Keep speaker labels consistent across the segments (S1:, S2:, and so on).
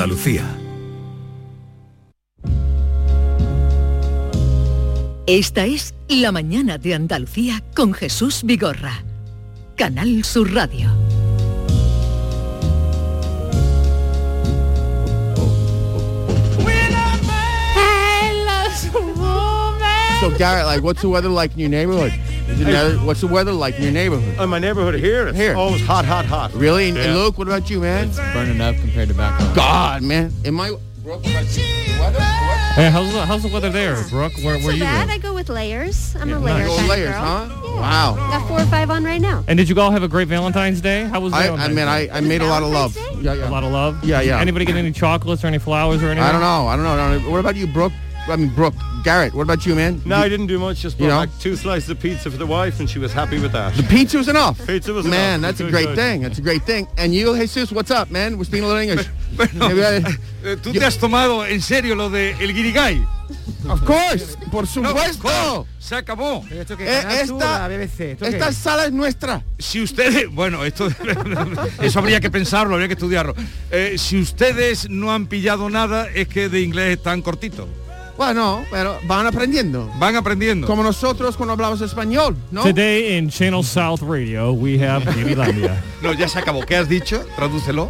S1: Andalucía.
S2: Esta es La mañana de Andalucía con Jesús Vigorra. Canal Sur Radio.
S3: So Garrett, like, what's the weather like in your neighborhood? Is it another, what's the weather like in your neighborhood?
S4: In Oh, my neighborhood here, it's
S3: Here.
S4: always hot, hot, hot.
S3: Really? And, and
S4: Yeah.
S3: Luke, what about you, man?
S5: burning up compared to back home.
S3: God, man. Am I?
S6: Hey, how's the, how's the weather there, Brooke? Where, where
S7: So
S6: you
S7: bad.
S6: live?
S7: I go with layers. I'm a
S6: nice.
S7: layer
S3: Go
S7: kind of
S3: layers,
S7: girl.
S3: huh? Wow.
S7: Got four or five on right now.
S6: And did you all have a great Valentine's Day? How was
S3: I, I
S6: Valentine's
S3: mean,
S6: Day?
S3: I, I made a lot of love.
S7: Valentine's
S3: Yeah,
S6: a
S3: yeah.
S6: lot of love.
S3: Yeah, yeah.
S6: Anybody get any chocolates or any flowers or anything?
S3: I don't know. I don't know. I don't know. What about you, Brooke? I mean, Brooke. Garrett, what about you, man?
S4: No, I didn't do much. Just
S3: You
S4: brought
S3: know?
S4: back two slices of pizza for the wife, and she was happy with that.
S3: The pizza was enough.
S4: Pizza was
S3: man,
S4: enough.
S3: that's a
S4: Good,
S3: great
S4: good.
S3: thing. That's a great thing. And you, Jesus, what's up, man? We're speaking a little English.
S8: Eh, ¿Tú
S3: Yo-
S8: te has tomado en serio lo de el guirigay?
S3: of course, por supuesto.
S8: claro, se acabó.
S5: Esto que
S3: Eh, esta, esta sala es nuestra.
S8: Si ustedes, bueno, esto eso habría que pensarlo, habría que estudiarlo. Eh, si ustedes no han pillado nada, es que de inglés están cortitos.
S3: Bueno, pero van aprendiendo.
S8: Van aprendiendo.
S3: Como nosotros cuando hablamos español, ¿no?
S6: Today in Channel South Radio, we have Givilandia.
S8: No, ya se acabó. ¿Qué has dicho? Tradúcelo.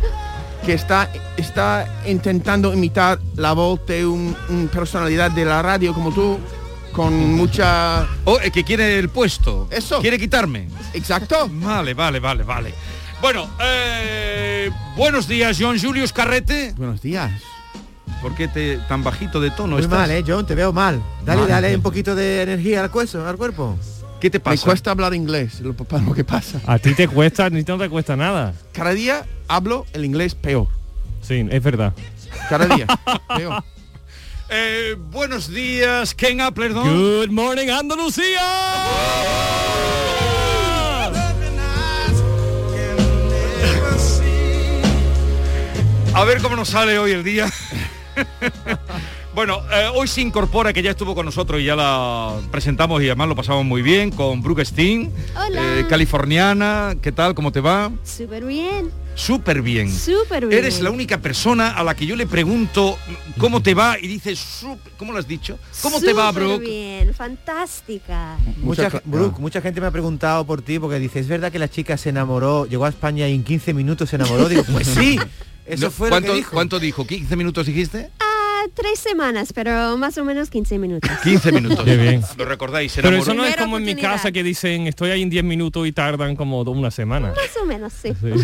S3: Que está, está intentando imitar la voz de un, un personalidad de la radio como tú, con mucha...
S8: Oh, es que quiere el puesto.
S3: Eso.
S8: Quiere quitarme.
S3: Exacto.
S8: Vale, vale, vale, vale. Bueno, eh, buenos días, John Julius Carrete.
S3: Buenos días.
S8: ¿Por qué te, tan bajito de tono
S5: Muy
S8: estás?
S5: mal, eh, John, te veo mal. Dale,
S8: Mal.
S5: dale un poquito de energía al cuerpo, al cuerpo.
S8: ¿Qué te
S3: Me
S8: pasa?
S3: cuesta hablar inglés, lo, para lo que pasa.
S6: A ti te cuesta, ni no te cuesta nada.
S3: Cada día hablo el inglés peor.
S6: Sí, es verdad.
S3: Cada día. peor.
S8: Eh, buenos días, Ken Applerdon.
S6: Good morning, Andalucía.
S8: A ver cómo nos sale hoy el día. bueno, eh, hoy se incorpora que ya estuvo con nosotros y ya la presentamos y además lo pasamos muy bien con Brooke Steen, eh,
S7: Hola.
S8: californiana. ¿Qué tal? ¿Cómo te va?
S7: Súper bien.
S8: Súper bien.
S7: Súper bien.
S8: Eres la única persona a la que yo le pregunto cómo te va y dices, "Sup- ¿cómo lo has dicho? ¿Cómo te va,
S7: Súper
S8: Brooke?
S7: bien. Fantástica.
S5: Mucha,
S3: Mucha-
S5: ge- Brooke,
S8: Ah.
S5: mucha gente me ha preguntado por ti porque dice, ¿es verdad que la chica se enamoró, llegó a España y en 15 minutos se enamoró? Digo, pues sí, eso
S8: No,
S5: fue lo
S8: ¿cuánto,
S5: que dijo.
S8: ¿Cuánto dijo? ¿15 minutos dijiste?
S7: Ah, tres semanas, pero más o menos 15 minutos.
S8: 15 minutos.
S6: Qué bien.
S8: Lo recordáis, se
S6: Pero
S8: enamoró.
S6: eso no es
S7: Primera
S6: como en mi
S7: oportunidad.
S6: casa que dicen estoy ahí en 10 minutos y tardan como una semana.
S7: Más o menos, sí.
S6: Sí.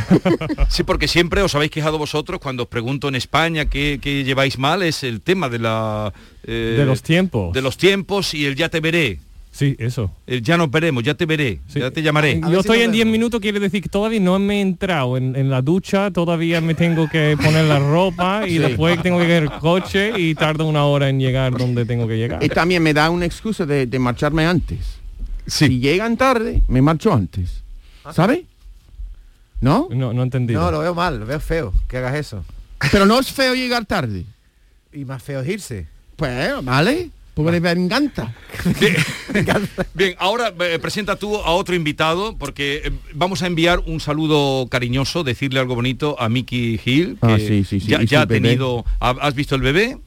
S8: Sí, porque siempre os habéis quejado vosotros cuando os pregunto en España qué, qué lleváis mal, es el tema de la... eh,
S6: De los tiempos.
S8: De los tiempos y el ya te veré.
S6: Sí, eso.
S8: El ya nos veremos, ya te veré,
S6: Sí.
S8: ya te llamaré.
S5: ver
S6: Yo
S5: si
S6: estoy
S5: nos
S6: en 10
S5: vemos.
S6: minutos, quiere decir que todavía no me he entrado en, en la ducha, todavía me tengo que poner la ropa y después tengo que ir al coche y tardo una hora en llegar donde tengo que llegar.
S3: Y también me da una excusa de, de marcharme antes. Si llegan tarde, me marcho antes.
S8: Ah.
S3: ¿Sabe? ¿No?
S6: No, no entendí.
S5: No, lo veo mal, lo veo feo que hagas eso.
S3: Pero no es feo llegar tarde.
S5: Y más feo es irse.
S3: Pues, ¿vale? Porque de venganza.
S8: Bien, Bien, ahora eh, presenta tú a otro invitado porque eh, vamos a enviar un saludo cariñoso, decirle algo bonito a Mickey Hill, que
S3: Ah, sí, sí, sí,
S8: ya,
S3: y
S8: ya
S3: su
S8: ha
S3: bebé.
S8: tenido, ha- has visto el bebé,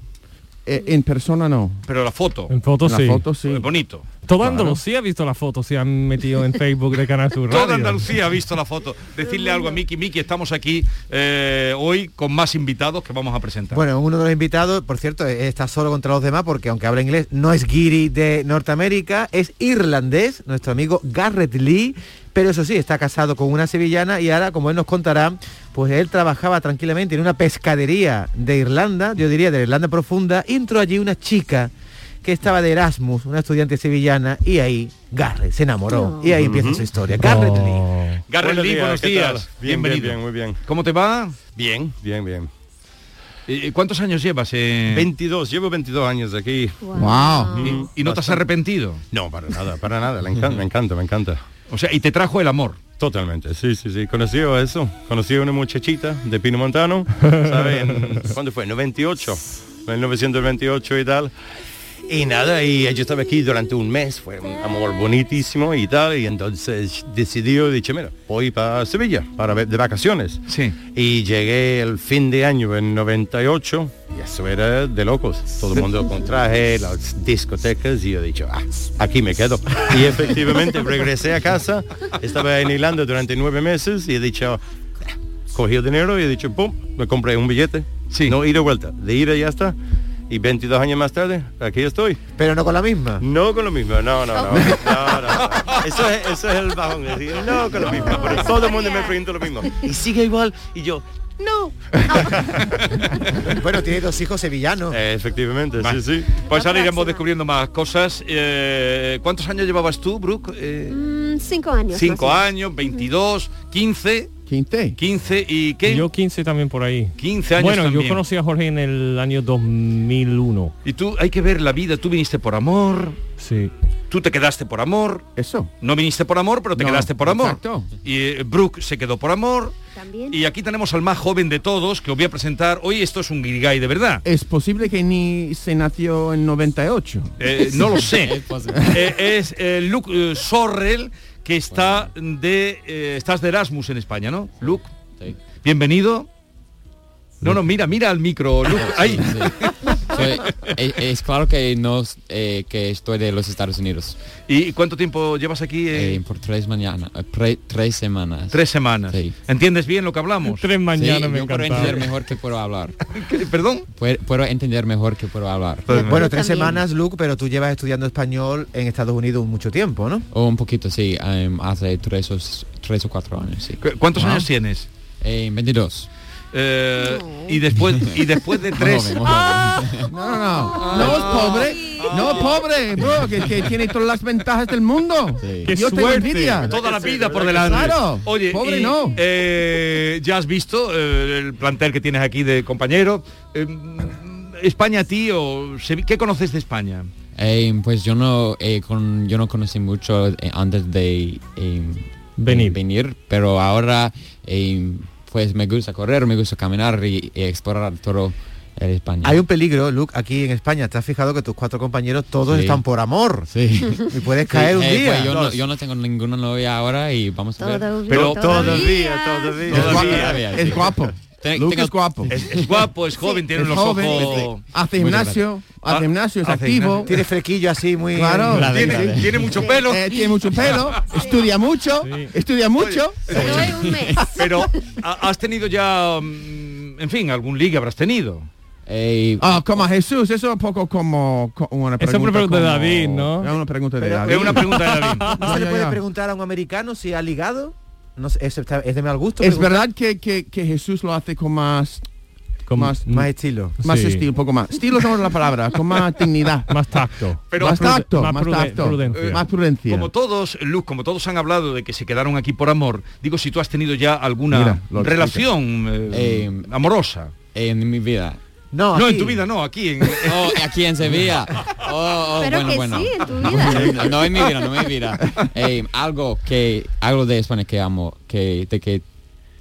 S3: Eh, en persona no.
S8: pero la foto,
S6: En fotos
S3: en
S6: sí.
S3: la foto sí.
S8: eh, bonito.
S6: Toda Andalucía ha visto las fotos, se han metido en Facebook de Canal Sur Radio.
S8: Toda Andalucía ha visto la foto. Decirle algo a Miki. Miki, estamos aquí eh, hoy con más invitados que vamos a presentar.
S5: Bueno, uno de los invitados, por cierto, eh, está solo contra los demás porque aunque habla inglés, no es Giri de Norteamérica, es irlandés, nuestro amigo Garrett Lee, pero eso sí, está casado con una sevillana y ahora, como él nos contará, pues él trabajaba tranquilamente en una pescadería de Irlanda, yo diría de Irlanda profunda, y entró allí una chica que estaba de Erasmus, una estudiante sevillana, y ahí Garrett se enamoró.
S4: Oh.
S7: No.
S5: Y ahí empieza su historia. Garrett Lee.
S6: Oh.
S8: Garrett Lee, buenos
S4: ¿qué tal?
S8: días.
S4: Bien,
S8: Bienvenido.
S4: bien, bien, muy bien.
S8: ¿Cómo te va?
S4: Bien, bien, bien.
S8: Eh, ¿Cuántos años llevas? eh?
S4: 22, llevo 22 años aquí. Mm,
S3: Wow.
S8: Y- ¿Y, no te has arrepentido?
S4: No, para nada, para nada, le encanta, me encanta, me encanta.
S8: O sea, y te trajo el amor.
S4: Totalmente, sí, sí, sí. Conocí a eso. Conocí a una muchachita de Pino Montano, ¿sabes? En- ¿Cuándo fue? 98, 1928 y tal. Y nada, y yo estaba aquí durante un mes, fue un amor bonitísimo y tal, y entonces decidió, dije, mira, voy para Sevilla, para ver- de vacaciones.
S8: Sí.
S4: Y llegué el fin de año en 98, y eso era de locos, todo el mundo con traje, las discotecas, y yo he dicho, ah, aquí me quedo. Y efectivamente regresé a casa, estaba en Irlanda durante nueve meses, y he dicho, cogí el dinero y he dicho, pum, me compré un billete.
S8: Sí.
S4: No, ida y vuelta. De ida ya está. Y 22 años más tarde, aquí estoy.
S5: Pero no con la misma.
S4: No con lo mismo, no, no, no. no,
S6: Oh.
S4: no, no. Eso, es, eso es el bajón. es decir, no con lo mismo. Porque todo el mundo me pregunta lo mismo. Y sigue igual. Y yo, no.
S5: bueno, tiene dos hijos sevillanos.
S4: Eh, efectivamente,
S8: Vale.
S4: sí, sí.
S8: Pues ahora
S7: La
S8: iremos
S7: próxima.
S8: descubriendo más cosas. Eh, ¿Cuántos años llevabas tú, Brooke? Eh,
S7: Mm, cinco años.
S8: cinco
S7: más o menos.
S8: años, 22, 15,
S3: Quinte.
S8: 15 y qué?
S6: Yo 15 también por ahí.
S8: 15 años
S6: Bueno,
S8: también.
S6: yo conocí a Jorge en el año 2001.
S8: Y tú, hay que ver la vida, tú viniste por amor,
S6: Sí.
S8: tú te quedaste por amor,
S3: Eso.
S8: no viniste por amor, pero te
S3: No,
S8: quedaste por amor.
S3: exacto.
S8: Y eh, Brooke se quedó por amor.
S7: También.
S8: Y aquí tenemos al más joven de todos, que os voy a presentar. Hoy esto es un guirigay de verdad.
S3: Es posible que ni se nació en 98.
S8: Eh, no lo sé. Eh, es eh, Luke eh, Sorrell, que está de. eh, estás de Erasmus en España, ¿no? Luke.
S1: Sí.
S8: Bienvenido. No, no, mira, mira al micro, Luke. Ahí.
S1: Oh, Sí. Soy- es, es claro que no eh, que estoy de los Estados Unidos.
S8: ¿Y cuánto tiempo llevas aquí? eh?
S1: Eh, por tres mañana, eh, pre- tres semanas.
S8: Tres semanas.
S1: Sí.
S8: ¿Entiendes bien lo que hablamos?
S6: Tres
S1: Sí,
S6: mañanas me
S1: yo puedo entender
S6: encantaba.
S1: mejor que puedo hablar.
S8: ¿Qué? ¿Perdón?
S1: Puedo, puedo entender mejor que puedo hablar.
S5: Bueno,
S7: Tú
S5: tres
S7: también.
S5: semanas, Luke, pero tú llevas estudiando español en Estados Unidos mucho tiempo, ¿no?
S1: O Oh, un poquito, sí, em, hace tres o, s- tres o cuatro años, sí.
S8: ¿Cu- ¿Cuántos años tienes?
S1: Eh, 22.
S8: Eh, y después y después de tres
S1: Joven, muy
S3: Ah.
S1: joven.
S3: No, no, no. No es pobre. No es pobre, bro, que, que tiene todas las ventajas del mundo.
S1: Sí.
S6: Qué
S3: Yo tengo
S6: suerte.
S3: envidia.
S8: toda la
S4: Sí,
S8: vida
S4: ¿verdad
S8: por
S4: que
S8: delante.
S3: Claro,
S8: Oye,
S3: pobre
S8: y,
S3: no.
S8: eh, ya has visto eh, el plantel que tienes aquí de compañeros. Eh, España, tío, ¿qué conoces de España?
S1: Em, pues yo no, eh, con, yo no conocí mucho eh, antes de em,
S6: Venir.
S1: pero ahora em, pues me gusta correr, me gusta caminar y, y explorar todo el España.
S5: Hay un peligro, Luke, aquí en España. ¿Te has fijado que tus cuatro compañeros todos
S1: Sí.
S5: están por amor?
S1: Sí.
S5: Y puedes caer
S1: Sí,
S5: un
S1: eh,
S5: día.
S1: pues yo, no, yo no tengo ninguna novia ahora y vamos a ver.
S7: Todavía,
S8: Pero
S4: Todavía, todavía.
S3: Es guapo.
S1: Todavía, sí.
S3: Es guapo.
S1: Te-
S3: Luke
S1: tengo-
S3: es guapo.
S8: Es, es guapo, es Pues joven, tiene
S3: Es
S8: los
S3: joven,
S8: ojos...
S3: Hace
S1: Muy
S3: gimnasio,
S8: Ah,
S3: hace gimnasio, es
S8: hace
S3: activo.
S8: gimnasio.
S5: Tiene flequillo así muy...
S3: Claro.
S5: Sí.
S1: Vale,
S8: Tiene,
S1: vale.
S8: tiene mucho pelo,
S3: eh, tiene mucho pelo, estudia mucho,
S6: Sí.
S3: estudia mucho.
S8: eh.
S7: Pero en un mes.
S8: pero ha- has tenido ya... mm, En fin, algún ligue habrás tenido.
S1: Eh,
S3: Ah, como Jesús, eso es un poco como, co- una
S6: Es
S3: pregunta.
S6: una pregunta de
S3: como-
S6: David, ¿no?
S3: Es una pregunta de
S5: Pero-
S3: David.
S8: Es una pregunta de David.
S5: ¿No se
S3: Ya,
S5: le
S3: ya,
S5: puede
S3: ya.
S5: preguntar a un americano si ha ligado? No sé, eso está- es de mal gusto.
S3: Es
S5: preguntar.
S3: verdad que, que- que Jesús lo hace con más,
S6: Con
S3: más-
S5: Más estilo.
S3: más
S6: Sí.
S3: estilo, un poco más. Estilo no es la palabra, con más dignidad.
S6: Más tacto.
S8: Pero
S3: más
S6: prude-
S3: tacto,
S6: más
S3: más,
S6: prude-
S3: tacto, Eh,
S6: prudencia.
S3: más prudencia.
S8: Como todos, Luz, como todos han hablado de que se quedaron aquí por amor, digo si tú has tenido ya alguna
S3: Mira, lo explica.
S8: relación eh,
S1: Eh,
S8: amorosa.
S1: en mi vida.
S5: No,
S8: No, en
S5: aquí.
S8: tu vida no, aquí en...
S1: Oh, aquí en Sevilla. Oh, oh,
S7: Pero
S1: bueno,
S7: que
S1: bueno.
S7: sí, en tu vida.
S1: No, no en mi vida, no en mi vida. Eh, algo que algo de España que amo, que de que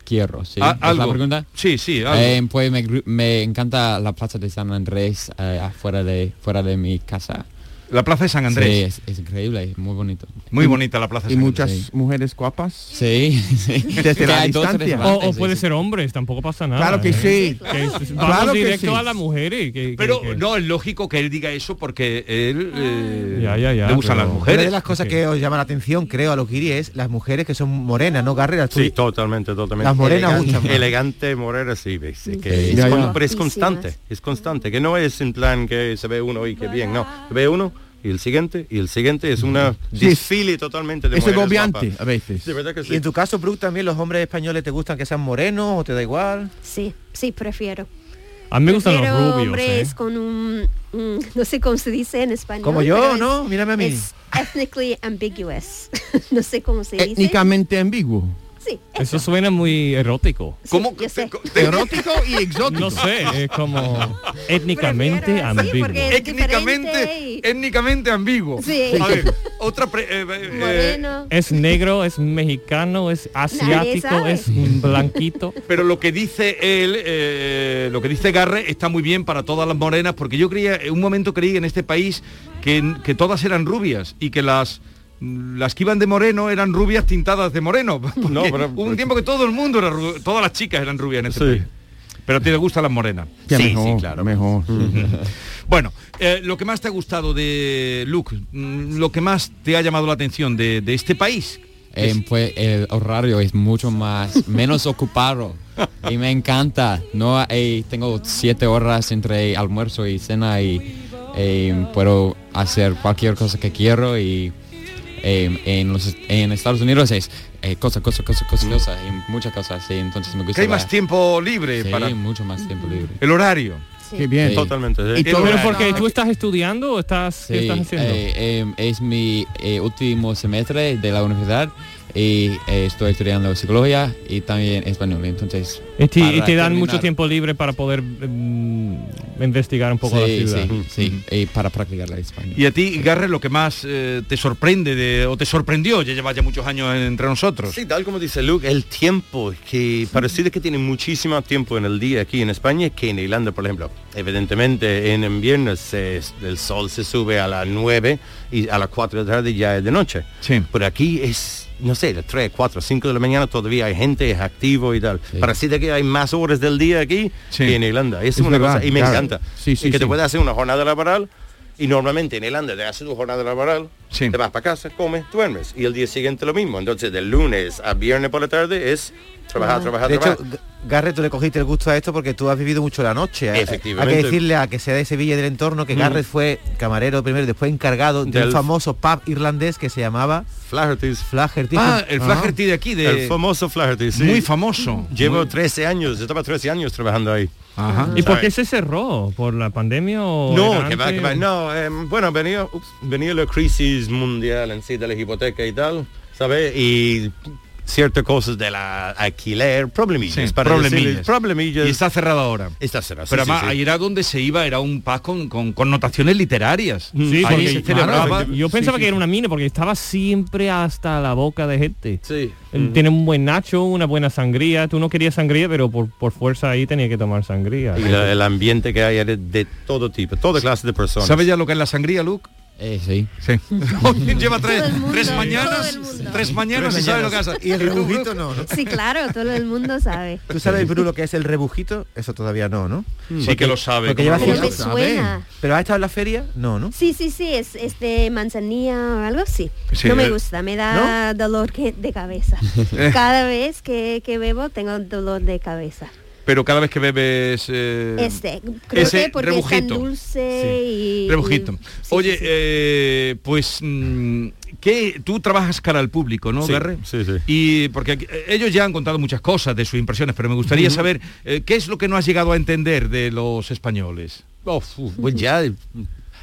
S1: quiero, ¿sí?
S8: Ah,
S1: ¿Es
S8: algo.
S1: la pregunta?
S8: Sí, sí, algo.
S1: Eh, pues me, gru- me encanta la plaza de San Andrés eh, afuera de fuera de mi casa.
S8: la plaza de San Andrés.
S1: Sí, es, es increíble, es muy bonito.
S8: Muy bonita la plaza de
S3: y
S8: San
S3: muchas
S1: Sí.
S3: mujeres guapas.
S1: Sí, sí.
S3: Desde
S1: Que
S3: la
S1: hay dos
S3: distancia.
S6: O,
S1: restaurantes,
S6: o
S1: sí,
S6: puede
S1: sí.
S6: ser hombres, tampoco pasa nada.
S3: Claro que
S6: ¿eh?
S3: sí.
S6: Que es- vamos
S3: Claro que
S6: directo
S3: sí.
S6: a las mujeres. y que- que-
S8: Pero
S6: que-
S8: no, es lógico que él diga eso porque él eh,
S6: Ya, ya, ya,
S8: le gustan
S6: pero-
S8: las
S5: Una de
S8: mujeres.
S5: las cosas
S6: Ok.
S5: que os llama la atención, creo, a los guiris es las mujeres que son morenas, ¿no, Garreras? Tú-
S4: Sí, totalmente, totalmente.
S5: Las morenas
S4: Elegan-
S5: gustan más.
S4: Elegante, morena, sí, ves, eh, que
S1: Sí.
S4: es
S3: Ya,
S4: con-
S3: ya.
S4: pero es
S7: Guapísimas.
S4: constante, es constante, que no es en plan que se ve uno y que bien, no, se ve uno y el siguiente y el siguiente es una desfile totalmente de
S3: Es
S4: mujeres
S3: agobiante
S4: guapas.
S3: a veces.
S4: Sí, verdad que
S5: Y
S4: sí.
S5: en tu caso, Brooke, también los hombres españoles te gustan que sean morenos o te da igual.
S7: Sí, sí, prefiero.
S6: a mí me gustan los
S7: Prefiero
S6: rubios. ¿eh?
S7: hombres con un, un- no sé cómo se dice en español.
S5: Como
S7: pero
S5: yo,
S7: es-
S5: ¿no? Mírame a mí.
S7: Es ethnically ambiguous. no sé cómo se dice.
S3: Étnicamente ambiguo.
S7: Sí,
S6: Eso suena muy erótico.
S8: ¿Cómo?
S7: yo sé.
S8: te- te-
S3: Erótico y exótico.
S6: No sé, es como étnicamente
S7: Prefiero- sí,
S6: ambiguo.
S7: porque- Es
S8: Étnicamente,
S7: diferente y-
S8: étnicamente ambiguo.
S7: Sí.
S8: A ver, otra pre- eh, eh,
S7: moreno.
S6: Es negro, es mexicano, es asiático,
S7: sabe.
S6: es blanquito.
S8: Pero lo que dice él, eh, lo que dice Garre, está muy bien para todas las morenas, porque yo creía, en un momento creí en este país que, que todas eran rubias y que las las que iban de moreno eran rubias tintadas de moreno.
S4: No,
S8: Porque
S4: pero-
S8: hubo un tiempo que todo el mundo era ru- todas las chicas eran rubias en este
S4: Sí.
S8: país. Pero a ti te gustan las morenas.
S3: Ya
S4: Sí,
S3: mejor,
S4: sí, claro.
S3: Mejor.
S8: Bueno, eh, lo que más te ha gustado de Luke, mm, lo que más te ha llamado la atención de, de este país.
S1: Eh, pues el horario es mucho más menos ocupado y me encanta no Eh, tengo siete horas entre almuerzo y cena y eh, puedo hacer cualquier cosa que quiero y eh, en los en Estados Unidos es eh, cosa cosa cosa cosa cosa y muchas cosas sí, entonces me gusta
S8: Que hay
S1: la-
S8: más tiempo libre
S1: sí,
S8: para
S1: mucho más tiempo libre
S8: el horario.
S7: Sí.
S3: Qué bien.
S1: Sí.
S4: Totalmente. sí.
S3: Y todo-
S6: Pero
S8: Claro.
S6: porque tú estás estudiando o estás qué
S1: Sí,
S6: estás haciendo?
S1: eh, eh, es mi eh, último semestre de la universidad y eh, estoy estudiando psicología y también español. Entonces,
S6: y, te, y
S1: para
S6: te dan
S1: terminar-
S6: mucho tiempo libre para poder mm, investigar un poco la
S1: Sí,
S6: ciudad. Mm,
S1: sí, sí, y para practicar la español.
S8: Y a ti, Garre, lo que más eh, te sorprende de- o te sorprendió, ya llevas ya muchos años entre nosotros.
S4: Sí, tal como dice Luke, el tiempo, que parecido que tiene muchísimo tiempo en el día aquí en España que en Irlanda, por ejemplo. Evidentemente, en invierno se- el sol se sube a las 9 y a las 4 de la tarde ya es de noche.
S8: Sí.
S4: Pero aquí es, no sé, las 3, 4, 5 de la mañana todavía hay gente, es activo y tal.
S1: Sí.
S4: Parece que hay más horas del día aquí
S8: Sí.
S4: que en Irlanda. Es,
S3: Es
S4: una
S3: verdad,
S4: cosa, y me
S3: claro.
S4: encanta.
S3: Sí, sí,
S4: que
S3: sí.
S4: te puede hacer una jornada laboral y normalmente en Irlanda te haces tu jornada laboral,
S8: Sí.
S4: te vas para casa, comes, duermes. Y el día siguiente lo mismo. Entonces, de lunes a viernes por la tarde es trabajar, trabajar,
S5: De hecho,
S4: trabajar.
S5: G- Garre, tú le cogiste el gusto a esto porque tú has vivido mucho la noche. ¿eh? Hay-
S4: Efectivamente. Mm.
S5: Hay que decirle a que sea de Sevilla y del entorno que Garret fue camarero primero y después encargado del
S4: Del-
S5: famoso pub irlandés que se llamaba
S4: Flaherty's.
S5: Flaherty.
S8: Ah, el Flaherty de aquí, de,
S4: El famoso Flaherty, sí.
S8: muy famoso.
S4: Llevo 13 años, estaba 13 años trabajando ahí.
S3: Ajá.
S6: ¿Y por
S4: ¿sabes?
S6: qué se cerró? ¿Por la pandemia o
S4: No,
S6: era
S4: que va, que
S6: antes?
S4: va. No, em, bueno, venía, ups, venía la crisis mundial en sí de la hipoteca y tal, ¿sabes? Y ciertas cosas de la alquiler, problemillas.
S8: Sí,
S4: para
S8: problemillas.
S4: decirles, problemillas.
S8: Y está cerrado ahora.
S4: Está cerrado, sí,
S8: Pero
S4: sí,
S8: además,
S4: sí.
S8: ahí era donde se iba, era un paz con, con connotaciones literarias.
S6: Sí,
S8: ahí
S6: porque-
S8: se celebraba.
S6: Yo pensaba que era una mina porque estaba siempre hasta la boca de gente. Eh,
S4: Sí.
S6: Tiene un buen nacho, una buena sangría. Tú no querías sangría, pero por, por fuerza ahí tenía que tomar sangría.
S4: Y la- el ambiente que hay era de todo tipo, toda clase de personas.
S8: ¿Sabes ya lo que es la sangría, Luke?
S1: Eh, sí.
S8: Sí. Lleva tres,
S7: Todo el mundo,
S8: tres
S7: todo
S8: mañanas,
S7: el mundo.
S8: tres mañanas y sabe lo que hace.
S5: Y el
S8: tú,
S5: rebujito
S8: Luke?
S5: no, ¿no?
S7: Sí, claro, todo el mundo sabe.
S5: ¿Tú sabes, Bruno, qué es el rebujito? Eso todavía no, ¿no?
S4: Hmm.
S8: Sí que lo sabe.
S5: porque
S8: ¿cómo
S5: lleva
S8: no
S7: Pero
S8: lo
S7: me
S8: sabe?
S7: suena.
S5: ¿Pero has estado en la feria? No, ¿no?
S7: Sí, sí, sí, es este manzanilla o algo así.
S8: Sí,
S7: no
S8: eh,
S7: me gusta, me da dolor que- de cabeza. Cada vez que, que bebo tengo dolor de cabeza.
S8: Pero cada vez que bebes... eh,
S7: Este, creo
S8: ese
S7: que porque es
S8: rebujito.
S7: tan dulce y...
S8: Rebujito.
S7: y- sí,
S8: Oye,
S7: sí, sí.
S8: eh, pues mm, ¿qué? tú trabajas cara al público, ¿no,
S4: Sí,
S8: Garre?
S4: sí, sí.
S8: Y porque aquí- eh, ellos ya han contado muchas cosas de sus impresiones, pero me gustaría saber eh, qué es lo que no has llegado a entender de los españoles.
S4: Oh, fu- pues ya, en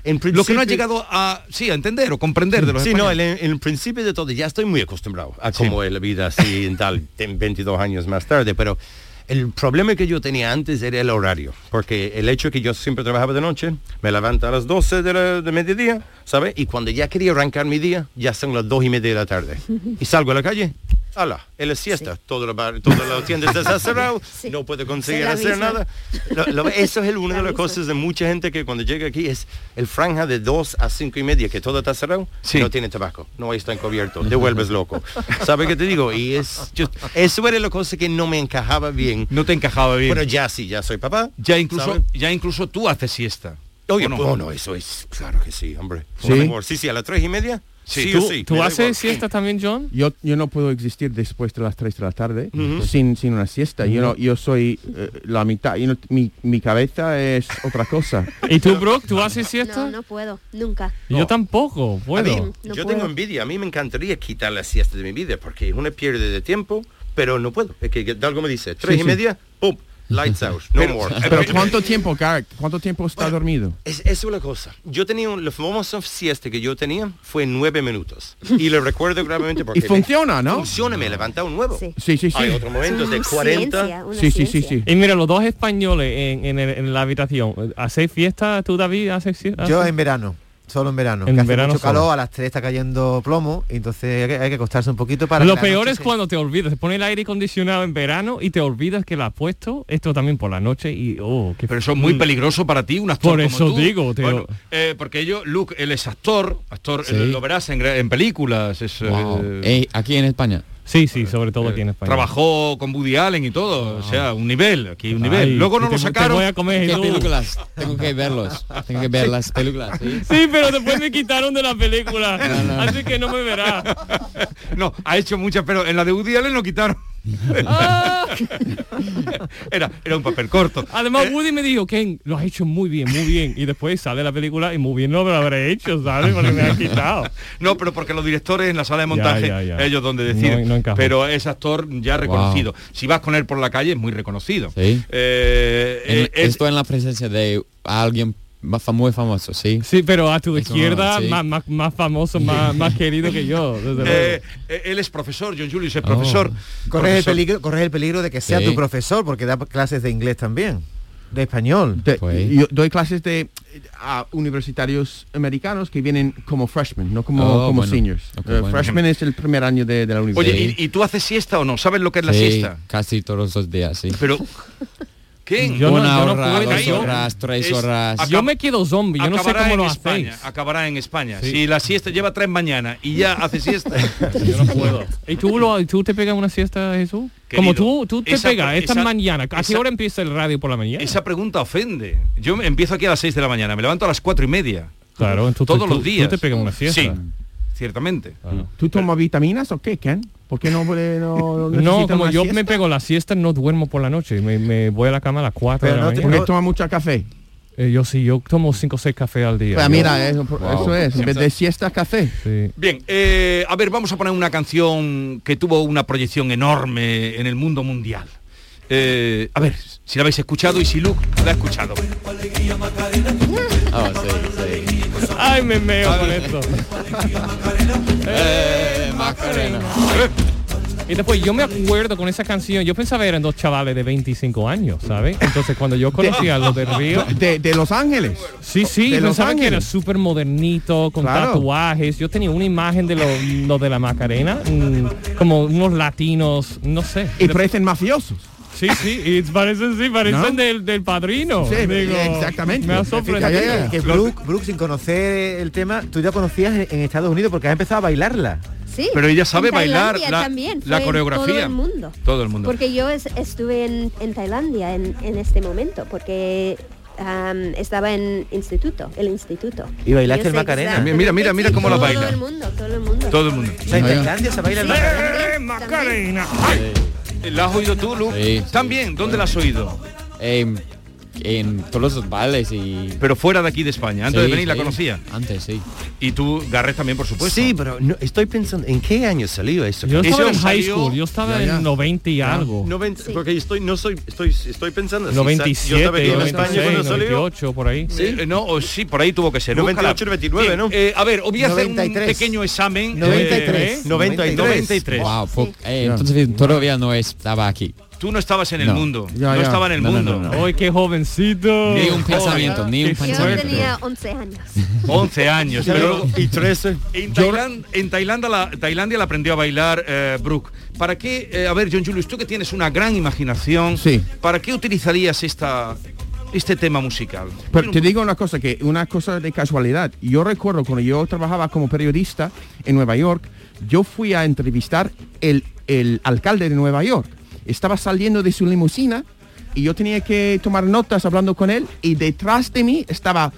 S8: Lo que no
S4: principio-
S8: has llegado a sí a entender o comprender de los
S4: Sí, no,
S8: españoles.
S4: en, en principio de todo ya estoy muy acostumbrado a cómo es la vida así en tal, ten- 22 años más tarde, pero el problema que yo tenía antes era el horario, porque el hecho que yo siempre trabajaba de noche, me levanto a las 12 de, la- de mediodía, ¿sabes? Y cuando ya quería arrancar mi día, ya son las 2 y media de la tarde. Y salgo a la calle, ala, es la siesta, todo el bar- todas las tiendas están cerradas,
S7: Sí.
S4: no puedo conseguir
S7: Es la
S4: hacer
S7: misma.
S4: nada. Lo- lo- eso es el- una
S7: La
S4: de las
S7: misma.
S4: cosas de mucha gente que cuando llega aquí es el franja de 2 a 5 y media, que todo está cerrado,
S8: Sí.
S4: no tiene tabaco, no está encubierto, te vuelves loco. ¿Sabes qué te digo? Y es, yo- eso era la cosa que no me encajaba bien.
S8: No te encajaba bien.
S4: Bueno, ya sí, ya soy papá.
S8: ya incluso
S4: ¿sabes?
S8: ya incluso tú haces siesta.
S4: Oye,
S8: ¿o no?
S4: no? no, eso es, claro que sí, hombre.
S3: ¿Sí?
S4: Por favor, sí, sí, a las tres y media. Sí,
S6: ¿Tú,
S4: o sí.
S6: tú
S4: me da igual.
S6: haces siestas también, John?
S3: Yo, yo no puedo existir después de las 3 de la tarde pues,
S4: Ujú.
S3: sin, sin una siesta. Yo no, yo soy eh, la mitad, yo no- mi, mi cabeza es otra cosa.
S6: ¿Y tú, Brooke, tú haces
S7: No,
S6: siesta?
S7: no puedo, nunca.
S6: Yo tampoco
S4: A mí,
S6: puedo.
S7: Mm, No
S4: yo
S7: puedo.
S4: tengo envidia, a mí me encantaría quitar la siesta de mi vida porque es una pierde de tiempo, pero no puedo. Es que, que tal como dice, tres
S3: Sí,
S4: y
S3: sí.
S4: media, pum, Lights out, no more.
S3: Pero ¿cuánto tiempo, Garrett? ¿Cuánto tiempo está dormido?
S4: Es, eso es la cosa. Yo tenía un, la famosa siesta que yo tenía fue nueve minutos. Y lo recuerdo gravemente porque...
S3: Y funciona, ¿no?
S4: Funciona, me levanta un nuevo.
S7: Sí.
S3: Sí, sí, sí.
S4: Hay otros momentos de
S7: Una
S4: 40.
S7: ciencia, una
S3: Sí, sí, sí,
S7: ciencia.
S3: sí.
S6: Y mira, los dos españoles en, en el- en la habitación. ¿Hacéis fiesta tú, David? ¿Haces fiesta?
S5: Yo en verano, solo en verano.
S6: En
S5: que hace
S6: verano
S5: mucho
S6: solo.
S5: calor, a las 3 está cayendo plomo, y entonces hay que, hay que acostarse un poquito para...
S6: Lo
S5: que la
S6: peor
S5: noche
S6: es
S5: se-
S6: cuando te olvidas. Se pone el aire acondicionado en verano y te olvidas que la has puesto. Esto también por la noche y... Oh, qué
S8: Pero eso es muy
S6: Mm.
S8: peligroso para ti, un actor
S6: Por
S8: como
S6: eso
S8: tú.
S6: digo, te-
S8: Bueno, eh, porque yo, Luke, él es actor, actor,
S1: Sí.
S8: eh, lo verás en, gra- en películas, es, eh,
S1: Wow. Ey, aquí en España.
S6: Sí, sí, sobre todo aquí en España.
S8: trabajó con Woody Allen y todo, o sea, un nivel, aquí un
S6: Ay,
S8: nivel. Luego no
S6: te-
S8: lo
S6: te
S8: sacaron.
S6: voy a comer,
S1: ¿Qué
S6: Edu.
S1: películas? Tengo que verlos. Tengo que ver las películas. ¿sí?
S6: Sí, pero después Pues me quitaron de la película.
S1: no.
S6: Así que no me verás.
S8: No, ha hecho muchas, pero en la de Woody Allen lo quitaron. era, era un papel corto. Eh,
S6: Además, Woody me dijo, Ken, lo has hecho muy bien, muy bien. Y después sale la película y muy bien no me lo habré hecho, ¿sabes? Porque me han quitado.
S8: No, pero porque los directores en la sala de montaje,
S6: Ya, ya, ya.
S8: ellos donde deciden.
S6: No, no encaja.
S8: pero es actor ya reconocido. Si vas con él por la calle es muy reconocido.
S1: Sí.
S8: Eh, eh,
S1: En-
S8: es-
S1: estoy en la presencia de alguien más fam- muy famoso, ¿sí?
S6: Sí, pero a tu izquierda,
S1: sí.
S6: más, más, más famoso, más, más querido que yo. desde
S8: eh,
S6: luego. Oh.
S8: eh, él es profesor, John Julius es profesor.
S5: Corres el,
S8: Profesor.
S5: peligro, corres el peligro de que sea
S1: Sí.
S5: tu profesor, porque da clases de inglés también, de español.
S3: Te-
S1: Pues.
S3: yo doy clases de eh, a universitarios americanos que vienen como freshmen, no como,
S1: Oh,
S3: como
S1: bueno.
S3: seniors.
S1: Ok,
S3: Eh,
S1: bueno.
S3: Freshman es el primer año de, de la universidad.
S8: Oye, ¿y, y tú haces siesta o no? ¿Sabes lo que es la
S1: Sí,
S8: siesta?
S1: Casi todos los días, sí.
S8: Pero ¿Quién?
S6: Yo no-
S1: Una
S6: yo no
S1: hora,
S6: puedo
S1: dos
S6: ir ahí.
S1: horas, tres
S8: Es-
S1: horas.
S8: acá-
S6: Yo me quedo zombie, Pues yo no sé
S8: Acabará
S6: cómo
S8: en
S6: lo
S8: España,
S6: hacéis.
S8: acabará en España.
S6: Sí.
S8: Si la siesta lleva tres mañanas y ya hace siesta.
S6: Yo no puedo. ¿Y tú, lo, y tú te pegas una siesta, Jesús?
S8: Querido,
S6: Como tú, tú te
S8: esa-
S6: pegas esta
S8: esa-
S6: mañana. ¿A qué
S8: esa-
S6: hora empieza el radio por la mañana?
S8: Esa pregunta ofende. Yo me- empiezo aquí a las 6 de la mañana, me levanto a las cuatro y media.
S6: Claro, entonces
S8: Todos
S6: tú-
S8: los
S6: tú
S8: días.
S6: te pegas una siesta.
S8: Sí, ciertamente.
S3: ¿Tú tomas vitaminas o qué, Ken? ¿Por qué no, puede- no, no
S6: No,
S3: necesitas
S6: como
S3: una
S6: yo me
S3: siesta?
S6: pego la siesta, no duermo por la noche. Me, me voy a la cama a las 4 de
S5: Pero no
S6: la
S5: te-
S6: mañana.
S3: Porque toma mucho café.
S6: Eh, yo sí, yo tomo 5 o 6 cafés al día.
S3: Pues
S6: Yo-
S3: mira, eso, eso es. En vez de siesta, café.
S6: Sí.
S8: Bien, eh, a ver, vamos a poner una canción que tuvo una proyección enorme en el mundo mundial. Eh, a ver, si la habéis escuchado y si Luke la ha escuchado.
S1: Oh, sí, sí.
S6: Ay, me meo con esto.
S8: Eh,
S6: Y después Eh. Este yo me acuerdo con esa canción, yo pensaba eran dos chavales de 25 años, ¿sabes? Entonces cuando yo conocía a los del río,
S3: De, de Los Ángeles.
S6: sí, sí,
S3: Oh, De Los
S6: pensaba que era
S3: Ángeles.
S6: súper modernito, con
S3: Claro.
S6: tatuajes. Yo tenía una imagen de los, los de la Macarena, mm, como unos latinos, no sé.
S3: Y parecen mafiosos.
S6: Sí, sí, y parecen, sí, parecen
S3: ¿No?
S6: del, del padrino.
S3: Sí, exactamente.
S6: Oh,
S3: eh,
S6: Me ha
S5: eh, Fíjate
S6: sorprendido.
S5: que Brooke, Brooke, sin conocer el tema, tú ya conocías en, en Estados Unidos porque has empezado a bailarla.
S7: Sí,
S8: Pero ella sabe
S7: en
S8: bailar
S7: Tailandia
S8: la,
S7: también,
S8: la
S7: fue
S8: coreografía.
S7: Todo el mundo.
S8: Todo el mundo.
S7: Porque yo es- estuve en, en Tailandia en, en este momento, porque am, estaba en instituto, el instituto.
S5: Y bailaste
S7: Yo
S5: el
S7: sé
S5: Macarena.
S7: exactamente-
S8: Mira, mira, mira cómo la baila.
S7: Todo el mundo, todo el mundo.
S8: Todo el mundo.
S5: O sea, en Tailandia se baila el Macarena.
S8: ¡Eh, Macarena! ¡Ay! ¿La has oído tú, Luke?
S1: Sí, sí.
S8: También, ¿dónde la has oído?
S1: Em, en todos los bailes y...
S8: Pero fuera de aquí de España, antes de
S1: Sí,
S8: venir la
S1: sí.
S8: conocía.
S1: Antes,
S8: Eh,
S1: sí.
S8: Y tú, Garret también, por supuesto.
S4: sí, pero Pues, no, estoy pensando, ¿en qué año salió esto?
S6: Yo estaba
S8: Eso
S6: en high
S8: salió-
S6: school, yo estaba en 90
S3: Ah.
S6: y algo.
S4: 90, Porque estoy, no soy, estoy, estoy pensando. si sa- yo
S6: 97,
S4: estaba aquí en España
S6: 96,
S4: cuando salió.
S6: 98, por ahí.
S8: Sí, eh, no, o sí, por ahí tuvo que ser.
S4: 98,
S8: Búscala.
S4: 99,
S8: Bien,
S4: ¿no?
S8: eh, a ver, os voy a hacer un
S5: 93.
S8: pequeño examen.
S5: 93.
S8: eh,
S4: 93.
S8: 93.
S1: Wow, po- eh, entonces todavía no estaba aquí.
S8: Tú no estabas en el
S1: No.
S8: mundo.
S3: Ya,
S8: no
S3: ya.
S8: estaba en el
S1: No, no,
S8: mundo.
S1: no, no.
S6: ¡Ay, qué jovencito!
S1: Ni un pensamiento, ni un
S6: Qué
S7: Yo
S1: pensamiento.
S7: tenía 11 años.
S8: 11 años. pero
S4: Y 13.
S8: en, Tailan- en Tailandia, la, Tailandia la aprendió a bailar eh, Brooke. ¿Para qué, eh, a ver, John Julius, tú que tienes una gran imaginación,
S3: Sí.
S8: ¿para qué utilizarías esta, este tema musical?
S3: Pero te digo una cosa, que una cosa de casualidad. Yo recuerdo cuando yo trabajaba como periodista en Nueva York, yo fui a entrevistar el, el alcalde de Nueva York. Estaba saliendo de su limusina y yo tenía que tomar notas hablando con él y detrás de mí estaba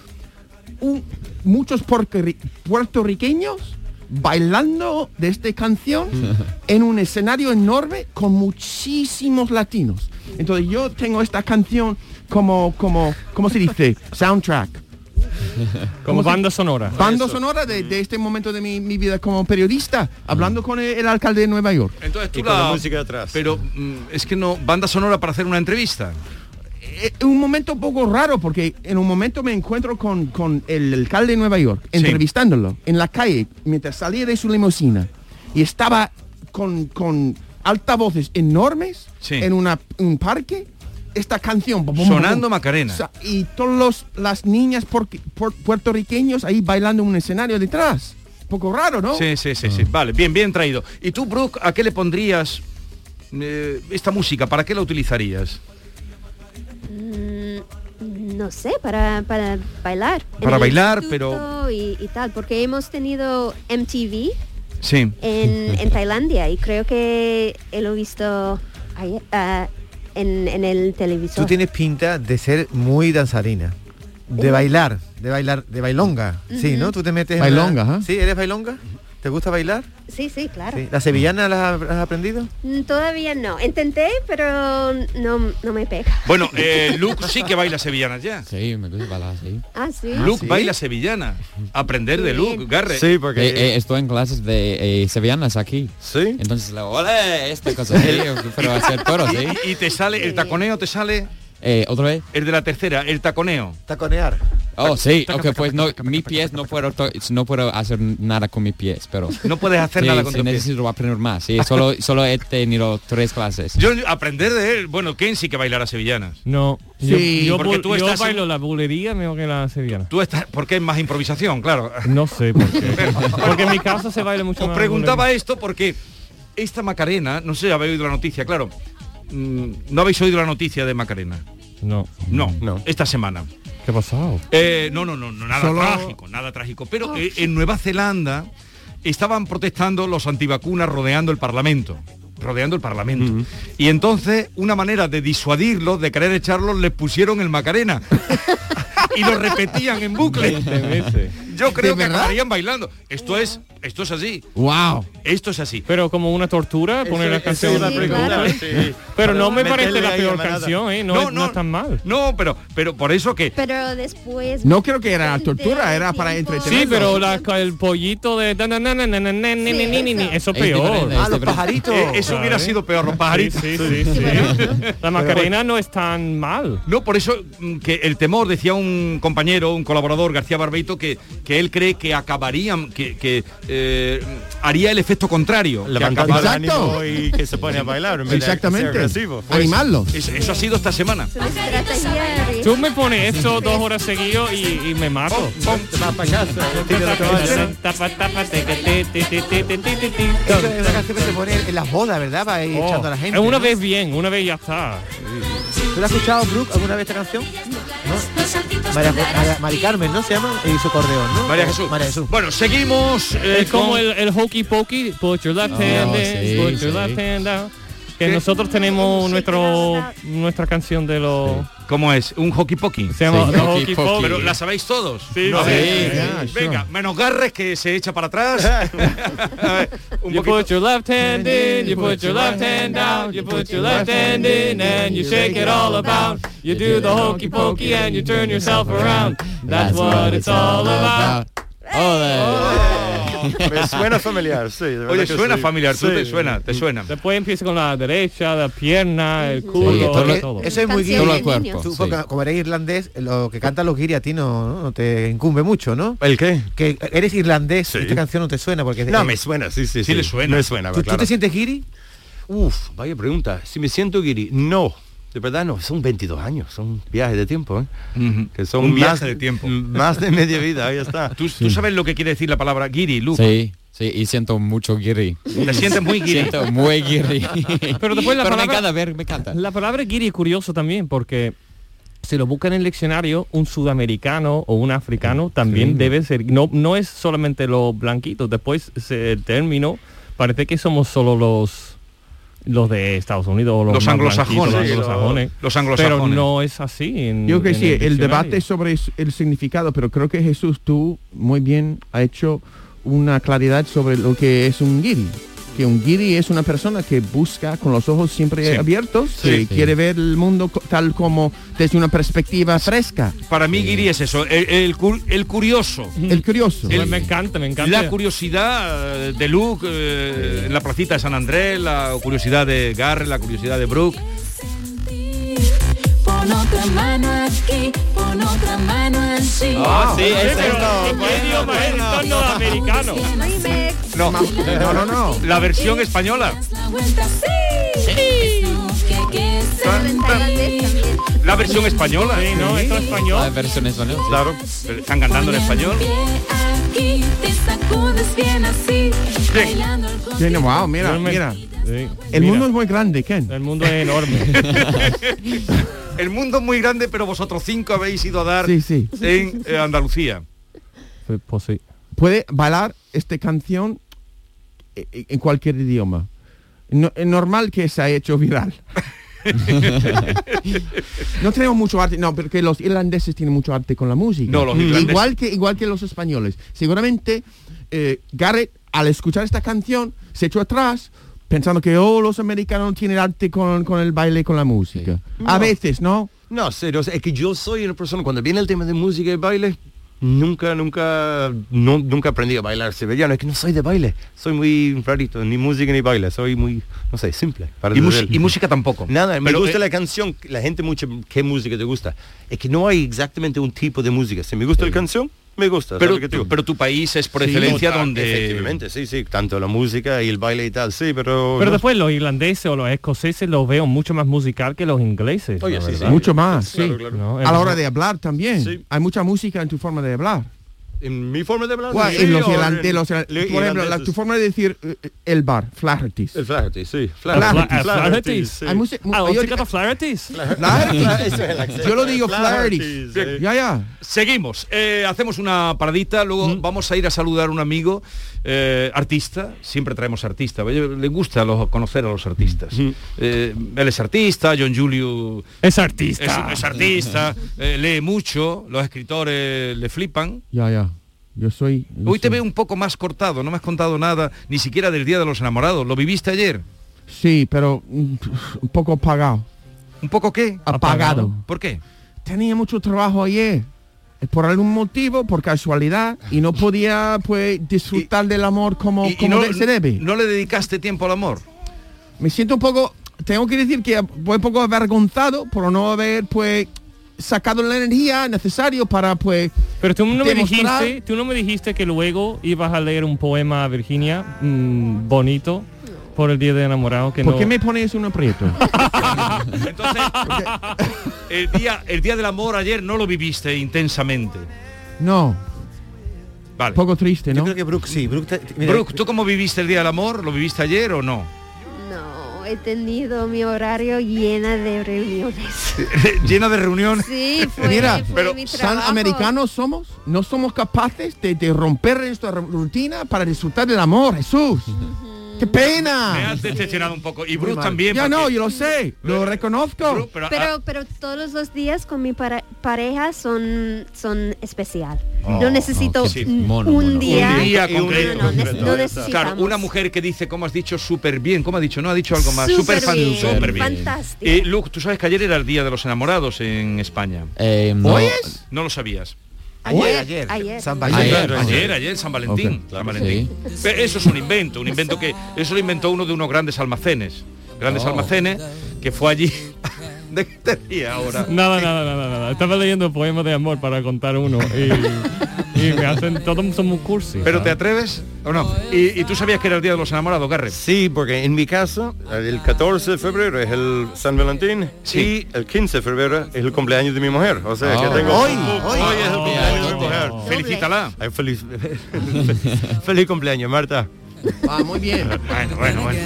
S3: un- muchos porqueri- puertorriqueños bailando de esta canción en un escenario enorme con muchísimos latinos. Entonces yo tengo esta canción como, como, ¿cómo se dice? Soundtrack.
S6: Como banda sonora.
S3: Banda sonora de, de este momento de mi, mi vida como periodista, hablando con el, el alcalde de Nueva York.
S8: Entonces tú
S4: Y con la
S8: la-
S4: música atrás.
S8: Pero mm, es que no, banda sonora para hacer una entrevista.
S3: eh, un momento un poco raro porque en un momento me encuentro con, con el alcalde de Nueva York entrevistándolo en la calle mientras salía de su limusina y estaba con, con altavoces enormes
S8: Sí.
S3: en una, un parque esta canción bum, bum, bum,
S8: Sonando
S3: bum.
S8: Macarena.
S3: O sea, y todas las niñas por, por- puertorriqueños ahí bailando en un escenario detrás poco raro no
S8: Sí, sí, sí, sí.
S4: Ah.
S8: Vale, bien, bien traído. ¿Y tú, Brooke, a qué le pondrías eh, esta música? ¿Para qué la utilizarías?
S7: Mm, No sé, para, para bailar. en
S8: Para
S7: el
S8: bailar,
S7: instituto Y, y tal, porque hemos tenido MTV
S8: Sí.
S7: en, en Tailandia y creo que he lo visto ayer, ah, en, en el televisor.
S5: Tú tienes pinta de ser muy danzarina. De bailar, de bailar, de bailonga. Sí, ¿no? Tú te metes en la-
S3: Bailonga, ajá.
S5: Sí, ¿eres bailonga? ¿Te gusta bailar?
S7: Sí, sí, claro.
S5: Sí. ¿La sevillana la has- la has aprendido?
S7: Mm, Todavía no. Intenté, pero no, no me pega.
S8: Bueno, eh, Luke sí que baila sevillanas ya.
S1: Sí, me gusta bailar así.
S7: Ah, sí.
S8: Luke
S5: ¿sí?
S8: baila sevillana. Aprender de Luke, Garre.
S4: Sí, porque...
S1: Eh, eh, estoy en clases de eh, sevillanas aquí.
S4: sí.
S1: Entonces, la- ole, esta cosa, sí, pero hacer toro, sí.
S8: Y, y te sale, el taconeo te sale,
S1: Eh, ¿Otra vez?
S8: el de la tercera, el taconeo.
S5: Taconear.
S1: Oh, sí, ok, pues no, mis pies no puedo, to- no puedo hacer nada con mis pies, pero...
S8: No puedes hacer
S1: sí,
S8: nada con
S1: sí,
S8: tus pies.
S1: necesito aprender más, sí, solo, solo he tenido tres clases.
S8: Yo aprender de él, bueno, Ken sí que bailará sevillanas.
S6: No,
S3: Sí,
S6: yo, yo,
S8: porque
S6: bu-
S8: tú
S6: yo
S8: estás en-
S6: bailo la bulería mejor que la sevillana.
S8: Tú estás, porque es más improvisación, claro.
S6: No sé por qué. Porque en mi casa se baila mucho
S8: Os
S6: más
S8: preguntaba
S6: bulería.
S8: esto porque esta Macarena, no sé, habéis oído la noticia, claro. Mm, No habéis oído la noticia de Macarena.
S6: No.
S8: No,
S4: No.
S8: Esta semana.
S6: ¿Qué ha pasado?
S8: Eh, no, no, no, no, nada
S3: Solo-
S8: trágico, nada trágico. Pero eh, en Nueva Zelanda estaban protestando los antivacunas rodeando el Parlamento. Rodeando el Parlamento. Y entonces, una manera de disuadirlos, de querer echarlos, les pusieron el Macarena. y lo repetían en bucle. Yo creo que acabarían bailando. Esto es, esto es así.
S3: wow
S8: Esto es así.
S6: Pero como una tortura poner la canción
S7: es la
S6: de la
S7: pregunta.
S6: pregunta. Pero no me parece la peor canción, ¿eh? No,
S8: No,
S6: es- no
S8: no.
S6: es tan mal.
S8: No, pero, pero por eso que
S7: Pero después...
S3: no creo que era
S7: Gente,
S3: tortura era para
S7: tiempo.
S3: entretener
S6: Sí,
S7: Tremendo.
S6: pero la- el pollito de... na, na, na, na, na, na, na, ni, ni, ni, ni, ni, Eso es
S1: Es
S6: peor.
S1: diferente.
S5: Ah, los
S1: pero-
S5: pajaritos.
S8: eh, eso hubiera sido peor, los pajaritos.
S6: Sí, sí, sí, sí. La Macarena no es tan mal.
S8: No, por eso mm, que el temor, decía un compañero, un colaborador, García Barbeito, que, que él cree que acabarían, que, que, eh, haría el efecto contrario. que
S4: Levantando el
S8: acabara-
S3: Exacto.
S4: ánimo y que se pone a bailar en vez de ser
S3: exactamente
S4: agresivo. pues.
S3: animarlo
S8: Eso, eso ha sido esta semana.
S7: Es una estrategia de-
S6: Tú me pones esto dos horas seguido y, y me mato. Tapa, tapa, teque, te, te, te, te, te, te, te, te.
S5: Eso es una canción que se pone en las bodas, ¿verdad? Para
S8: Oh.
S5: ir echando a la gente.
S6: Es una
S5: ¿no?
S6: vez bien, una vez ya está.
S5: ¿Tú la has escuchado, Brooke, alguna vez esta canción? No. María, María- Mari Carmen, ¿no? Se llama y su cordeón, ¿no? Eh,
S8: María Jesús.
S5: María Jesús.
S8: Bueno, seguimos. eh,
S6: Es como
S8: con-
S6: el, el hokey pokey, put your
S5: Ah,
S6: left
S1: No,
S6: hand in,
S1: sí,
S6: put your
S1: sí.
S6: left hand out. Que
S8: ¿Qué?
S6: nosotros tenemos nuestro nuestra canción de los...
S8: ¿Cómo es? Un hockey pokey.
S6: Se llama
S1: Sí,
S6: los
S1: hokey
S6: hokey
S1: pokey.
S6: pokey.
S8: Pero la sabéis todos.
S6: Sí,
S8: A
S6: sí,
S8: ver,
S6: sí,
S3: yeah, sure.
S8: Venga, menos garres que se echa para atrás. A ver, un
S6: You
S8: poquito.
S6: put your left hand in, you put your left hand out, you put your left hand in and you shake it all about. You do the hokey pokey and you turn yourself around. That's what it's all about.
S1: Ole.
S4: Me suena familiar, sí. de verdad
S8: Oh. Oye,
S4: que
S8: suena
S4: sí.
S8: familiar, tú
S4: Sí.
S8: te suena, te suena.
S6: Después empieza con la derecha, la pierna, el culo,
S1: Sí, todo lo-
S6: todo.
S5: Eso es muy
S7: Canción
S1: Todo
S7: de
S1: el cuerpo.
S7: niños.
S5: Tú,
S1: Sí.
S5: porque como eres irlandés, lo que cantan los guiri a ti no, no te incumbe mucho, ¿no?
S4: ¿El qué?
S8: Eh,
S5: Que eres irlandés,
S4: Sí.
S5: esta canción no te suena porque...
S4: No,
S5: eh,
S4: me suena, sí, sí.
S8: Sí le suena.
S4: Me suena,
S5: ¿tú, tú
S4: claro.
S5: te sientes guiri?
S4: Uf, vaya pregunta. Si me siento guiri, no. De verdad no, son 22 años, son viajes de tiempo, ¿eh?
S8: Ujú.
S4: Que son
S8: Un viaje
S4: más-
S8: de tiempo.
S4: Más de media vida, ahí está.
S8: ¿Tú, tú sabes lo que quiere decir la palabra guiri, Luke.
S1: Sí, sí, y siento mucho guiri.
S8: Te sientes muy guiri.
S1: Siento muy guiri.
S6: Pero después la
S1: me
S6: palabra-
S1: encanta, ver, me encanta.
S6: La palabra guiri es curioso también porque si lo buscan en el diccionario, un sudamericano o un africano también debe ser. No, no es solamente los blanquitos. Después se, el término parece que somos solo los los de Estados Unidos o los,
S8: Los
S6: más
S8: anglosajones,
S6: blanquitos,
S8: sí,
S6: los
S8: los-
S6: anglosajones.
S8: los anglosajones.
S6: Pero no es así. en-
S3: Yo creo
S6: en
S3: que sí, el
S6: diccionario.
S3: debate sobre s- el significado, pero creo que Jesús tú muy bien ha hecho una claridad sobre lo que es un guiri. Que un guiri es una persona que busca con los ojos siempre
S8: Sí.
S3: abiertos, que
S1: Sí.
S3: quiere ver el mundo co- tal como desde una perspectiva fresca.
S8: Para mí guiri es eso, el, el cur- el curioso.
S3: El curioso.
S6: Pues
S8: El-
S6: me encanta, me encanta.
S8: La curiosidad eh, de Luke eh, en la placita de San Andrés, la curiosidad de Gar, la curiosidad de Brooke.
S9: Por Pon otra mano aquí, pon otra mano así.
S1: Ah, sí, es esto.
S6: ¿Qué
S1: Bueno,
S6: idioma es?
S1: bueno.
S6: Esto no es americano.
S7: Remix.
S8: No,
S5: No, no, no.
S8: la versión española.
S9: La vuelta sí. Eso que quieres
S7: Pero en tailandés también.
S8: La versión española.
S6: Sí, no, esto es
S1: La
S6: español.
S1: versión española. sí.
S8: Claro, pero están cantando en español.
S9: Aquí te sacudes bien así. Bailando al
S3: Sí, no, wow, mira,
S6: Yo me-
S3: mira.
S6: Sí,
S3: El
S6: mira,
S3: mundo es muy grande, Ken.
S6: el mundo es enorme.
S8: El mundo es muy grande, pero vosotros cinco habéis ido a dar
S3: Sí, sí.
S8: en eh, Andalucía.
S6: Pues, pues sí.
S3: Puede bailar esta canción e- e- en cualquier idioma. No- es normal que se ha hecho viral. no tenemos mucho arte, no, porque los irlandeses tienen mucho arte con la música.
S8: No, los irlandeses-
S3: Igual que, igual que los españoles. Seguramente eh, Garrett, al escuchar esta canción, se echó atrás pensando que, oh, los americanos tienen arte con, con el baile, con la música. A
S4: No.
S3: veces, ¿no?
S4: No, serio, es que yo soy una persona, cuando viene el tema de música y baile, nunca, nunca, no, nunca aprendí a bailar sevillano, es que no soy de baile, soy muy rarito, ni música ni baile, soy muy, no sé, simple. Para
S8: Y,
S4: hacer-
S8: mus- y música tampoco.
S4: Nada, me
S8: Pero,
S4: gusta
S8: eh,
S4: la canción, la gente mucho, ¿qué música te gusta? Es que no hay exactamente un tipo de música, si me gusta la canción, me gusta.
S8: pero,
S4: ¿sabes qué te digo?
S8: pero tu país es por excelencia
S4: Total,
S8: donde...
S4: Efectivamente, sí, sí, tanto la música y el baile y tal, sí, pero...
S3: Pues
S6: Pero
S4: no-
S6: después los irlandeses o los escoceses los veo mucho más musical que los ingleses.
S4: Oye,
S6: la
S4: sí, sí.
S6: verdad.
S3: Mucho más,
S4: Claro,
S3: sí.
S4: claro.
S6: No,
S3: A la hora
S6: el-
S3: de hablar también.
S4: Sí.
S3: Hay mucha música en tu forma de hablar.
S4: En mi forma de hablar...
S3: Guau,
S4: sí,
S3: en los
S4: o
S3: irlan- de los
S4: en-
S3: irlan-
S4: le-
S3: por ejemplo, la-
S4: irlandeses.
S3: tu forma de decir eh, eh, el bar, Flaherty's.
S4: El Flaherty, sí.
S6: Fla- Flaherty's.
S4: sí.
S3: Hay musi- mu-
S6: Ah,
S3: yo-
S6: ¿os
S4: eh,
S6: te Flaherty's?
S3: Flaherty's.
S4: Fla- eso es el acento.
S3: Yo lo digo Flaherty's.
S4: sí.
S3: Ya, ya. Mm.
S8: Seguimos, eh, hacemos una paradita, luego vamos a ir a saludar a un amigo eh, artista, siempre traemos artistas, oye, le gusta los- conocer a los artistas.
S3: Mm.
S8: Eh, él es artista, John Julio
S6: Es
S8: es,
S6: artista.
S8: es artista, eh, lee mucho, los escritores le flipan.
S3: Ya, ya. Yo soy... yo
S8: Hoy te
S3: soy-
S8: veo un poco más cortado, no me has contado nada, ni siquiera del Día de los Enamorados, ¿lo viviste ayer?
S3: Sí, pero mm, un poco apagado.
S8: ¿Un poco qué?
S3: Apagado.
S8: ¿Por qué?
S3: Tenía mucho trabajo ayer. eh, Por algún motivo, por casualidad, y no podía pues disfrutar del amor como,
S8: Y- y
S3: como de- se debe.
S8: no le dedicaste tiempo al amor.
S3: me siento un poco, tengo que decir que voy un poco avergonzado por no haber pues sacado la energía necesaria para pues
S6: Pero tú no, me
S3: Demostrar-
S6: dijiste, tú no me dijiste que luego ibas a leer un poema a Virginia mm, bonito por el Día de Enamorados. Que
S3: ¿Por
S6: no...
S3: qué me pones un aprieto?
S8: Entonces, el día, el día del amor ayer no lo viviste intensamente.
S3: no,
S8: Vale.
S3: un poco triste,
S5: Yo
S3: ¿no?
S5: creo que Brooke sí, Brooke te- mira,
S8: Brooke, ¿tú cómo viviste el día del amor? ¿Lo viviste ayer o no?
S7: No, he tenido mi horario llena de reuniones.
S8: Llena de reuniones.
S7: Sí, fue,
S3: Mira,
S7: fue
S8: pero
S7: mi
S3: ¿San
S7: trabajo.
S3: americanos somos? ¿No somos capaces de, de romper nuestra ru- rutina para disfrutar del amor, Jesús? ¡Qué
S8: Me
S5: Ah.
S3: pena!
S8: has decepcionado un poco. Y
S3: Muy
S8: Brooke
S3: mal.
S8: también.
S3: Ya
S8: porque-
S3: no, yo lo sé, lo reconozco.
S8: Brooke, pero-
S7: Pero, pero todos los días con mi para- pareja son, son especial.
S8: Oh,
S7: no necesito
S1: ok. Sí,
S7: un,
S1: mono,
S7: un
S1: mono.
S7: día.
S8: Un día concreto.
S7: No, no, no, no
S8: ah,
S7: necesitamos.
S8: claro, una mujer que dice, ¿cómo has dicho? Súper bien. ¿Cómo ha dicho? No ha dicho algo más. Súper
S7: Súper
S8: fan-
S7: bien,
S8: súper bien.
S7: Fantástico.
S8: Eh, Luke, tú sabes que ayer era el día de los enamorados en España.
S1: Eh, no,
S3: ¿Hoy es?
S8: No lo sabías.
S7: Ayer,
S5: Ayer, ayer,
S7: ayer.
S5: San
S1: Ayer,
S5: Valentín.
S8: Ayer, ayer, ayer, San Valentín. San Valentín. Pe- Eso es un invento, un invento que eso lo inventó uno de unos grandes almacenes, grandes
S1: Oh.
S8: almacenes que fue allí. ¿De qué te ríes ahora?
S6: Nada, nada, nada, nada. Estaba leyendo poemas de amor para contar uno y, y me hacen todos son muy cursis.
S8: ¿Pero te
S6: ¿sabes?
S8: atreves o no? ¿Y, y tú sabías que era el día de los enamorados, Garrett?
S4: Sí, porque en mi casa el 14 de febrero es el San Valentín
S8: Sí.
S4: y
S8: Ah.
S4: el 15 de febrero es el cumpleaños de mi mujer. O sea,
S1: Oh.
S4: que tengo...
S5: Hoy,
S4: hoy, es el
S6: Oh.
S4: cumpleaños de mi mujer.
S8: Felicítala.
S4: Ay, feliz, feliz cumpleaños, Marta.
S3: Ah, muy bien.
S8: Bueno, bueno, bueno.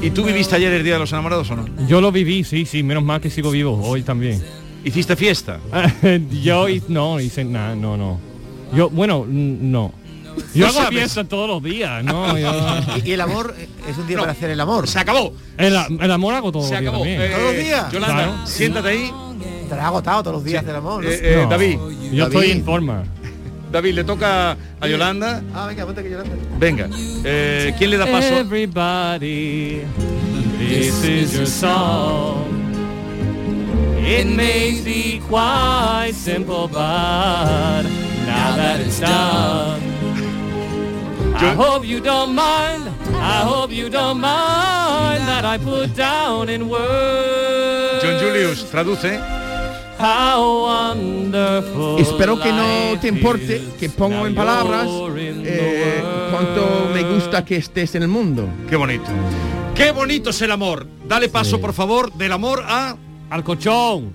S8: ¿Y tú viviste ayer el día de los enamorados o no?
S6: Yo lo viví, sí, sí, menos mal que sigo vivo hoy también.
S8: ¿Hiciste fiesta?
S6: Yo y- no, hice nada, no, no. Yo, bueno, n- no. Yo hago
S8: sabes.
S6: fiesta todos los días, no. yo-
S5: Y, y el amor eh, es un día
S8: No.
S5: para hacer el amor.
S8: Se acabó.
S6: el, el amor hago todos
S8: Se
S6: los días
S8: acabó.
S6: también.
S8: Eh,
S5: Todos los días.
S8: Yolanda,
S6: Claro.
S8: siéntate ahí.
S5: Te lo has agotado todos los días del amor. ¿no?
S8: Eh, eh,
S6: No,
S8: David,
S6: Yo estoy
S5: David.
S6: en forma.
S8: David, le toca a Yolanda.
S5: Ah, venga, ponte que llorando.
S8: Venga. Eh, ¿Quién le da paso?
S6: Everybody, this is your song. It may be quite simple, but now that it's done, I hope you don't mind. I hope you don't mind that I put down in words.
S8: John Julius, traduce.
S6: How wonderful
S3: Espero que no
S6: life
S3: te importe
S6: is.
S3: que pongo en
S6: Now
S3: palabras
S6: you're in the
S3: eh, cuánto me gusta que estés en el mundo.
S8: Qué bonito. Qué bonito es el amor. Dale paso, por favor, del amor a...
S6: Al colchón.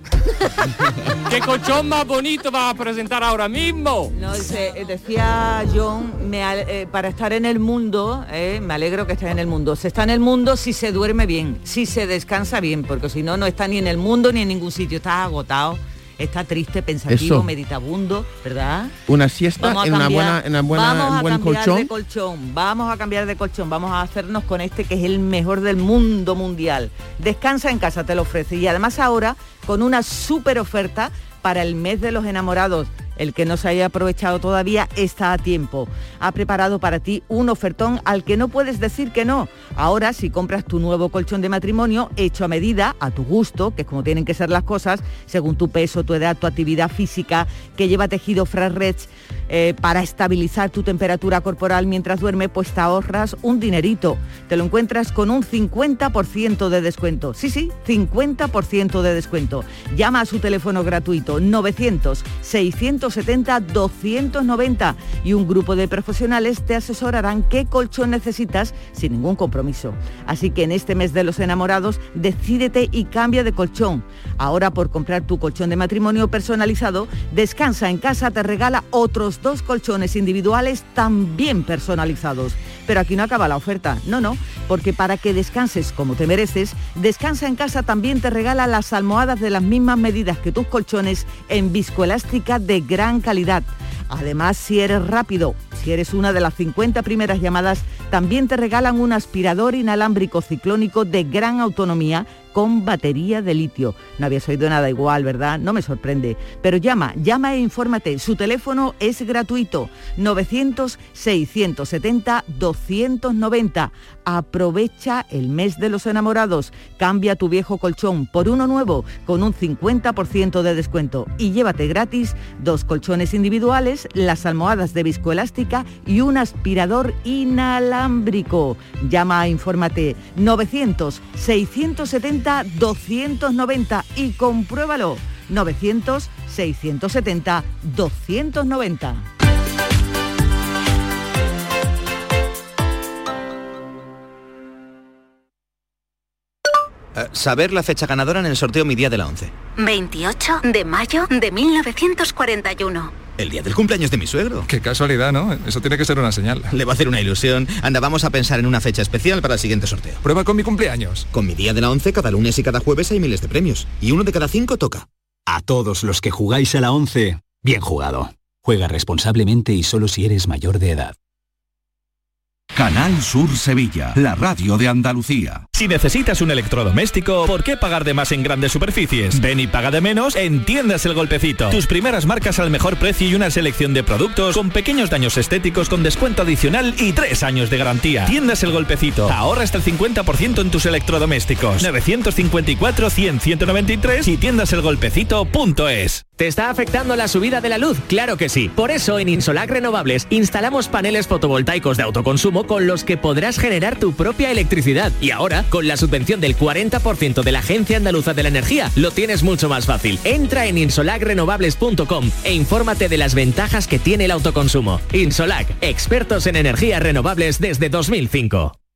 S6: ¿Qué colchón más bonito vas a presentar ahora mismo?
S10: No, dice, eh, decía John, me al- eh, para estar en el mundo, eh, me alegro que estés en el mundo. Se está en el mundo si se duerme bien, si se descansa bien, porque si no, no está ni en el mundo ni en ningún sitio. Está agotado, está triste, pensativo,
S3: Eso.
S10: meditabundo, ¿verdad?
S3: Una siesta en una buena, en una buena,
S10: vamos
S3: un
S10: a
S3: buen
S10: cambiar de
S3: colchón.
S10: colchón, vamos a cambiar de colchón, vamos a hacernos con este que es el mejor del mundo mundial. Descansa en casa, te lo ofrece. Y además ahora con una súper oferta para el mes de los enamorados. El que no se haya aprovechado todavía está a tiempo. Ha preparado para ti un ofertón al que no puedes decir que no. Ahora, si compras tu nuevo colchón de matrimonio hecho a medida, a tu gusto, que es como tienen que ser las cosas, según tu peso, tu edad, tu actividad física, que lleva tejido Frasreds eh, para estabilizar tu temperatura corporal mientras duerme, pues te ahorras un dinerito. Te lo encuentras con un 50% de descuento. Sí, sí, 50% de descuento. Llama a su teléfono gratuito 900-670-290 y un grupo de profesionales te asesorarán qué colchón necesitas sin ningún compromiso. Así que en este mes de los enamorados, decídete y cambia de colchón. Ahora por comprar tu colchón de matrimonio personalizado, Descansa en casa te regala otros dos colchones individuales también personalizados. Pero aquí no acaba la oferta, no, no, porque para que descanses como te mereces, Descansa en casa también te regala las almohadas de las mismas medidas que tus colchones en viscoelástica de gran calidad. Además, si eres rápido, si eres una de las 50 primeras llamadas, también te regalan un aspirador inalámbrico ciclónico de gran autonomía con batería de litio. No habías oído nada igual, ¿verdad? No me sorprende. Pero llama, llama e infórmate. Su teléfono es gratuito. 900-670-290. Aprovecha el mes de los enamorados. Cambia tu viejo colchón por uno nuevo con un 50% de descuento. Y llévate gratis dos colchones individuales, las almohadas de viscoelástica y un aspirador inalámbrico. Llama a Infórmate 900-670-290 y compruébalo. 900-670-290.
S11: Eh, saber la fecha ganadora en el sorteo Mi Día de la 11.
S12: 28 de mayo de 1941.
S11: El día del cumpleaños de mi suegro. Qué casualidad, ¿no? Eso tiene que ser una señal. Le va a hacer una ilusión. Anda, vamos a pensar en una fecha especial para el siguiente sorteo. Prueba con mi cumpleaños. Con mi día de la 11, cada lunes y cada jueves hay miles de premios. Y uno de cada cinco toca.
S13: A todos los que jugáis a la 11, bien jugado. Juega responsablemente y solo si eres mayor de edad.
S14: Canal Sur Sevilla, la radio de Andalucía.
S15: Si necesitas un electrodoméstico, ¿por qué pagar de más en grandes superficies? Ven y paga de menos en Tiendas El Golpecito. Tus primeras marcas al mejor precio y una selección de productos con pequeños daños estéticos con descuento adicional y tres años de garantía. Tiendas El Golpecito. Ahorra hasta el 50% en tus electrodomésticos. 954-100-193 y tiendaselgolpecito.es.
S16: ¿Te está afectando la subida de la luz? Claro que sí. Por eso en Insolac Renovables instalamos paneles fotovoltaicos de autoconsumo con los que podrás generar tu propia electricidad. Y ahora, con la subvención del 40% de la Agencia Andaluza de la Energía, lo tienes mucho más fácil. Entra en insolacrenovables.com e infórmate de las ventajas que tiene el autoconsumo. Insolac, expertos en energías renovables desde 2005.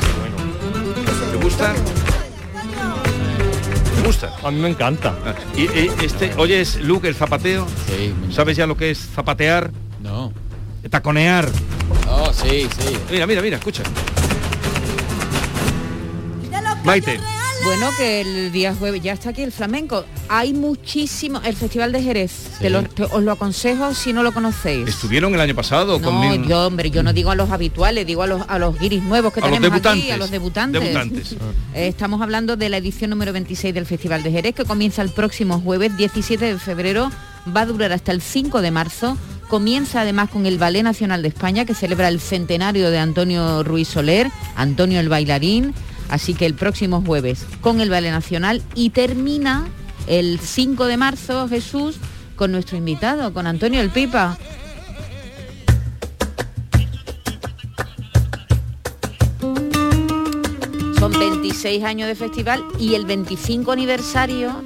S8: ¿Te gusta? ¿Te gusta?
S6: A mí me encanta.
S8: Y, y este, oye, es Luke el zapateo. ¿Sabes ya lo que es zapatear?
S1: No.
S8: Taconear.
S1: Oh, sí, sí.
S8: Mira, mira, mira, escucha. Maite.
S17: Bueno, que el día jueves ya está aquí el flamenco. Hay muchísimo, el Festival de Jerez, te lo- te- os lo aconsejo si no lo conocéis.
S8: Estuvieron el año pasado
S17: No,
S8: conmigo.
S17: yo, hombre, yo no digo a los habituales, digo a los, a los guiris nuevos que
S8: a los
S17: tenemos
S8: debutantes.
S17: aquí, a los debutantes.
S8: Debutantes.
S17: Eh, Estamos hablando de la edición número 26 del Festival de Jerez, que comienza el próximo jueves 17 de febrero, va a durar hasta el 5 de marzo. Comienza además con el Ballet Nacional de España, que celebra el centenario de Antonio Ruiz Soler, Antonio el bailarín, así que el próximo jueves con el Ballet Nacional y termina el 5 de marzo, Jesús, con nuestro invitado, con Antonio el Pipa. Son 26 años de festival y el 25 aniversario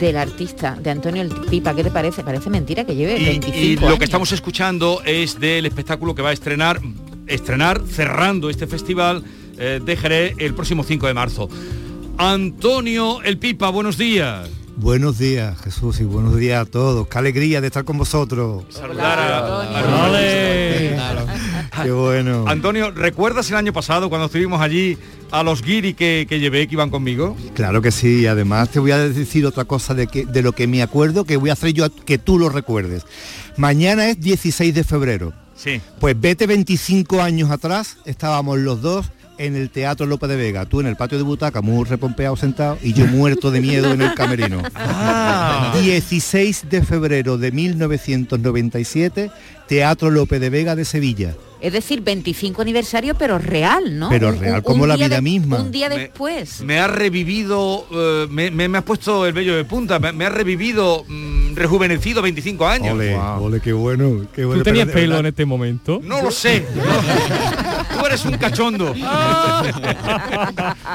S17: del artista, de Antonio El Pipa. ¿Qué te parece? Parece mentira que lleve
S8: Y,
S17: 25
S8: y lo
S17: años.
S8: que estamos escuchando es del espectáculo que va a estrenar, estrenar cerrando este festival eh, de Jerez el próximo 5 de marzo. Antonio El Pipa, buenos días.
S18: Buenos días, Jesús, y buenos días a todos. Qué alegría de estar con vosotros.
S8: Saludar a- a-
S18: Qué bueno.
S8: Antonio, ¿recuerdas el año pasado cuando estuvimos allí a los guiri que, que llevé, que iban conmigo?
S18: Claro que sí, y además te voy a decir otra cosa de, que, de lo que me acuerdo, que voy a hacer yo a- que tú lo recuerdes. Mañana es 16 de febrero.
S8: Sí.
S18: Pues vete 25 años atrás, estábamos los dos en el Teatro López de Vega, tú en el patio de butaca, muy repompeado sentado, y yo muerto de miedo en el camerino. Ah. 16 de febrero de 1997, Teatro López de Vega de Sevilla.
S17: Es decir, 25 aniversario, pero real, ¿no?
S18: Pero
S17: Ah, Un-
S18: real
S17: un-
S18: como
S17: un
S18: la
S17: día
S18: vida
S17: de-
S18: misma.
S17: Un día después.
S8: Me ha revivido, eh, me, me, me has puesto el vello de punta, me, me ha revivido mm, rejuvenecido 25 años.
S18: Ole, ole, qué bueno, qué bueno.
S6: ¿Tú tenías
S18: pero de
S6: pelo
S18: verdad-
S6: en este momento?
S8: No lo sé. No. Tú eres un cachondo.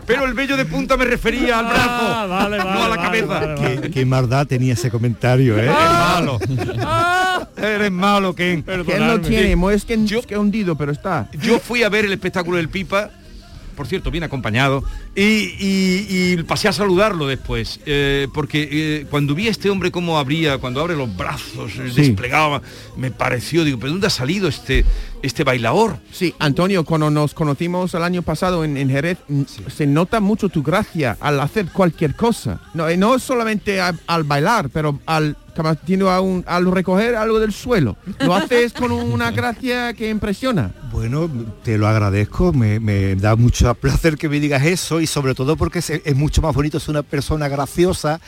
S8: Pero el vello de punta me refería al brazo, no a la cabeza.
S18: Qué, qué maldad tenía ese comentario, ¿eh?
S8: malo.
S6: Ah.
S8: Eres malo, Ken.
S3: Que él no tiene, mo- es que, es que hundido, pero está.
S8: Yo fui a ver el espectáculo del Pipa, por cierto, bien acompañado, y, y- y pasé a saludarlo después, eh, porque eh, cuando vi a este hombre cómo abría, cuando abre los brazos, eh, desplegaba, me pareció, digo, ¿pero dónde ha salido este, este bailador?
S3: Sí, Antonio, cuando nos conocimos el año pasado en, en Jerez, mm, se nota mucho tu gracia al hacer cualquier cosa. No, eh, no solamente a- al bailar, pero al como tiene a un- al recoger algo del suelo. Lo haces con una gracia que impresiona.
S18: Bueno, te lo agradezco, me, me da mucho placer que me digas eso y sobre todo porque es, es mucho más bonito ser una persona graciosa,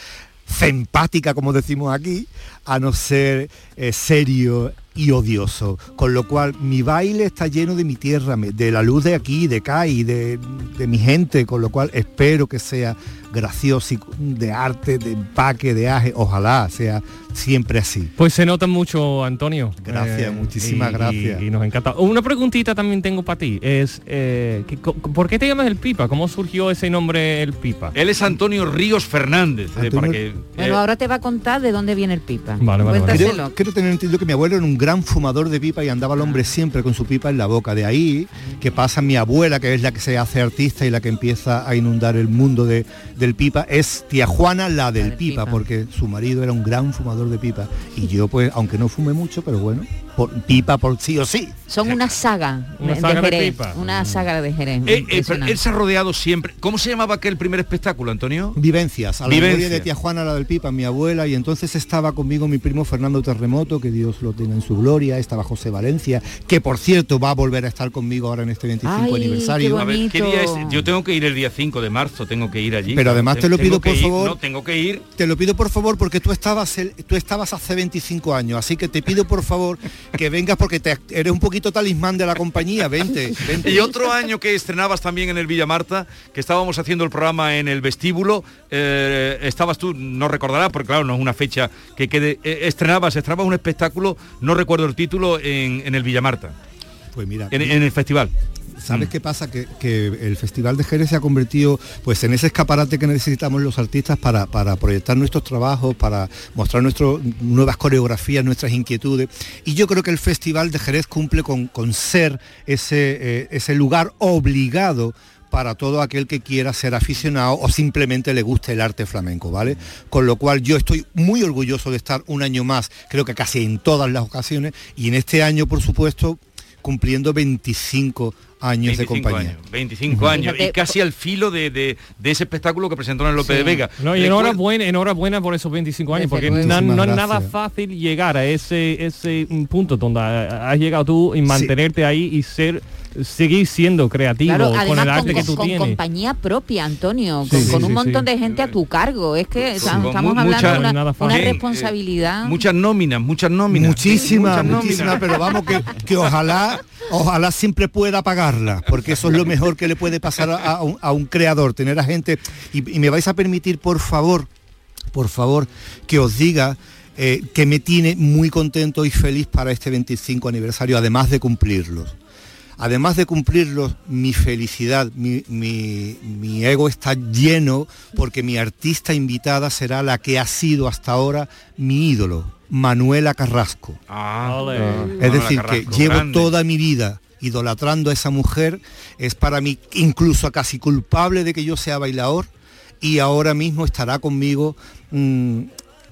S18: empática como decimos aquí, a no ser eh, serio y odioso. Con lo cual mi baile está lleno de mi tierra, me- de la luz de aquí, de acá y de, de mi gente, con lo cual espero que sea gracioso, y de arte, de empaque, de aje, ojalá sea siempre así.
S6: Pues se nota mucho, Antonio.
S18: Gracias, muchísimas
S6: Eh, y-
S18: gracias.
S6: Y, y nos encanta. Una preguntita también tengo para ti. Es, eh, que co- ¿Por qué te llamas El Pipa? ¿Cómo surgió ese nombre El Pipa?
S8: Él es Antonio Ríos Fernández, eh, para que...
S17: Bueno, ahora te va a contar de dónde viene el Pipa. Cuéntaselo.
S18: Creo, creo tener entendido que mi abuelo era un gran fumador de pipa y andaba el hombre siempre con su pipa en la boca. De ahí que pasa mi abuela, que es la que se hace artista y la que empieza a inundar el mundo de, del pipa, es tía Juana la del pipa, porque su marido era un gran fumador de pipa. Y yo, pues, aunque no fume mucho, pero bueno, por, pipa por sí o sí.
S17: Son una saga,
S18: Una
S17: de- de
S18: saga de
S17: Jerez.
S18: Pipa.
S17: Una saga de
S8: Eh,
S17: Jerez.
S8: eh, pero
S17: impresionante.
S8: él se ha rodeado siempre. ¿Cómo se llamaba aquel primer espectáculo, Antonio?
S18: Vivencias, a la
S8: Vivencias.
S18: memoria de tía Juana, la del Pipa, mi abuela, y entonces estaba conmigo mi primo Fernando Terremoto, que Dios lo tenga en su su gloria, estaba José Valencia, que por cierto va a volver a estar conmigo ahora en este 25
S10: Ay, qué
S18: aniversario.
S8: A ver, ¿qué día es? Yo tengo que ir el día 5 de marzo, tengo que ir allí.
S18: Pero además te lo
S8: Tengo
S18: pido,
S8: que
S18: por
S8: ir,
S18: favor.
S8: No, tengo que ir.
S18: Te lo pido por favor porque tú estabas el- tú estabas hace 25 años, así que te pido por favor que vengas porque te- eres un poquito talismán de la compañía, vente, vente.
S8: Y otro año que estrenabas también en el Villa Marta, que estábamos haciendo el programa en el vestíbulo, eh, estabas tú, no recordarás, porque claro, no es una fecha que quede, eh, estrenabas, estrenabas un espectáculo, no recuerdo el título, en, en el Villa Marta,
S18: Pues mira,
S8: en, en el festival.
S18: ¿Sabes qué pasa? Que, que el Festival de Jerez se ha convertido pues en ese escaparate que necesitamos los artistas para, para proyectar nuestros trabajos, para mostrar nuestro- nuevas coreografías, nuestras inquietudes. Y yo creo que el Festival de Jerez cumple con, con ser ese, eh, ese lugar obligado para todo aquel que quiera ser aficionado o simplemente le guste el arte flamenco, ¿vale? Con lo cual yo estoy muy orgulloso de estar un año más, creo que casi en todas las ocasiones, y en este año, por supuesto, cumpliendo 25 años de
S8: 25
S18: compañía.
S8: años, 25 años, y casi al filo de, de- de ese espectáculo que presentó en López de Vega.
S6: No, y
S8: Recuerda-
S6: enhorabuena, enhorabuena por esos 25 años, porque
S8: Muchísimas
S6: na- no, es nada
S8: gracias.
S6: fácil llegar a ese ese mm, punto donde ah, has llegado tú y mantenerte ahí y ser seguir siendo creativo
S17: Claro,
S6: con el
S17: además
S6: arte
S17: con,
S6: que tú
S17: con
S6: tienes.
S17: compañía propia, Antonio, con,
S6: sí,
S17: con un
S6: sí,
S17: montón de gente a tu cargo. Es que o sea,
S8: con
S17: estamos
S8: mu-
S17: hablando
S8: mucha-
S17: de una,
S8: nada
S17: una
S8: fácil.
S17: responsabilidad.
S8: Muchas nóminas, muchas nóminas.
S18: Muchísimas,
S8: Muchas nóminas.
S18: muchísimas, pero vamos que, que ojalá, ojalá siempre pueda pagarla, porque eso es lo mejor que le puede pasar a, a un, a un creador, tener a gente. Y, y me vais a permitir, por favor, por favor, que os diga eh, que me tiene muy contento y feliz para este 25 aniversario, además de cumplirlos. Además de cumplirlos, mi felicidad, mi, mi- mi ego está lleno porque mi artista invitada será la que ha sido hasta ahora mi ídolo, Manuela Carrasco.
S8: Ah,
S18: Es
S8: Manuela
S18: decir,
S8: Carrasco,
S18: que llevo
S8: grande.
S18: toda mi vida idolatrando a esa mujer, es para mí incluso casi culpable de que yo sea bailador y ahora mismo estará conmigo mm,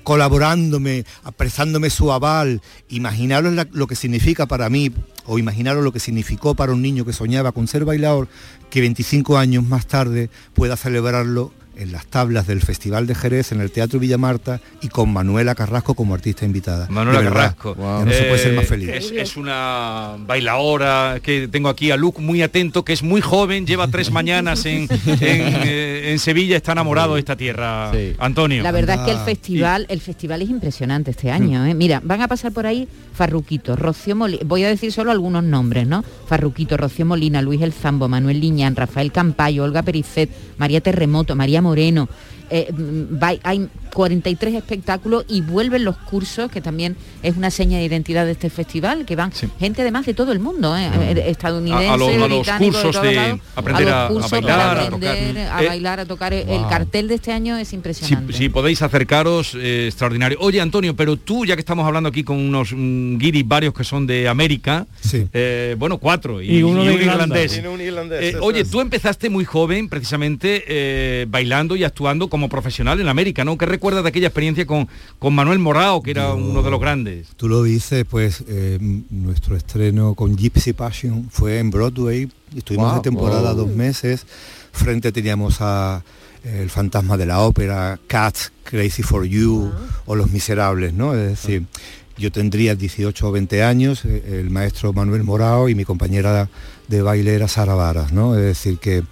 S18: colaborándome, prestándome su aval. Imaginaros la- lo que significa para mí, o imaginaros lo que significó para un niño que soñaba con ser bailador, que 25 años más tarde pueda celebrarlo en las tablas del Festival de Jerez, en el Teatro Villamarta y con Manuela Carrasco como artista invitada.
S8: Manuela
S18: De verdad,
S8: Carrasco.
S18: ya no se puede ser más
S8: Eh,
S18: feliz.
S8: Es, es una bailaora que tengo aquí a Luke muy atento, que es muy joven, lleva tres mañanas en, en, eh, en Sevilla, está enamorado de esta tierra, Antonio.
S17: La verdad es que el festival, el festival es impresionante este año. ¿eh? Mira, van a pasar por ahí Farruquito, Rocío Molina, voy a decir solo algunos nombres, ¿no? Farruquito, Rocío Molina, Luis El Zambo, Manuel Liñán, Rafael Campayo, Olga Pericet, María Terremoto, María Moreno. Eh, mm, va- hay 43 espectáculos y vuelven los cursos, que también es una seña de identidad de este festival, que van gente además de todo el mundo, ¿eh? estadounidense,
S8: A- a los- a los
S17: británico,
S8: cursos
S17: todos
S8: de
S17: lados,
S8: aprender
S17: los
S8: a- a
S17: cursos
S8: bailar,
S17: para
S8: a tocar.
S17: aprender, a
S8: Eh,
S17: bailar, a tocar. El,
S8: wow.
S17: cartel de este año es
S8: Si,
S17: impresionante.
S8: si podéis acercaros, eh, extraordinario. Oye, Antonio, pero tú, ya que estamos hablando aquí con unos mm, guiris varios que son de América, eh, bueno, cuatro, y,
S6: Y uno
S8: y
S6: de
S8: un
S6: Irlanda.
S8: irlandés.
S6: Y un irlandés,
S8: Eh,
S6: eso
S8: oye,
S6: es.
S8: tú empezaste muy joven, precisamente, eh, bailando y actuando como profesional en América, ¿no? ¿Qué recuerdas de aquella experiencia con, con Manuel Morao, que era uno de los grandes?
S18: Tú lo dices, pues eh, m- nuestro estreno con Gypsy Passion fue en Broadway. Estuvimos
S11: Wow.
S18: de temporada
S11: Wow.
S18: dos meses. Frente teníamos a eh, El Fantasma de la Ópera, Cats, Crazy for You o Los Miserables, ¿no? Es decir, yo tendría 18 o 20 años, eh, el maestro Manuel Morao y mi compañera de baile era Sara Varas, ¿no? Es decir, que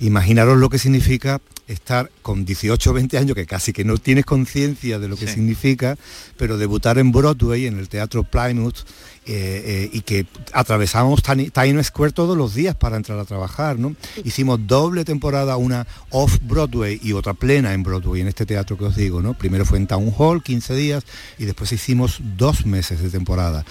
S18: imaginaros lo que significa estar con 18 o 20 años, que casi que no tienes conciencia de lo que significa, pero debutar en Broadway, en el Teatro Plymouth, eh, eh, y que atravesábamos Tani- Times Square todos los días para entrar a trabajar, ¿no? Hicimos doble temporada, una off-Broadway y otra plena en Broadway, en este teatro que os digo, ¿no? Primero fue en Town Hall, 15 días, y después hicimos dos meses de temporada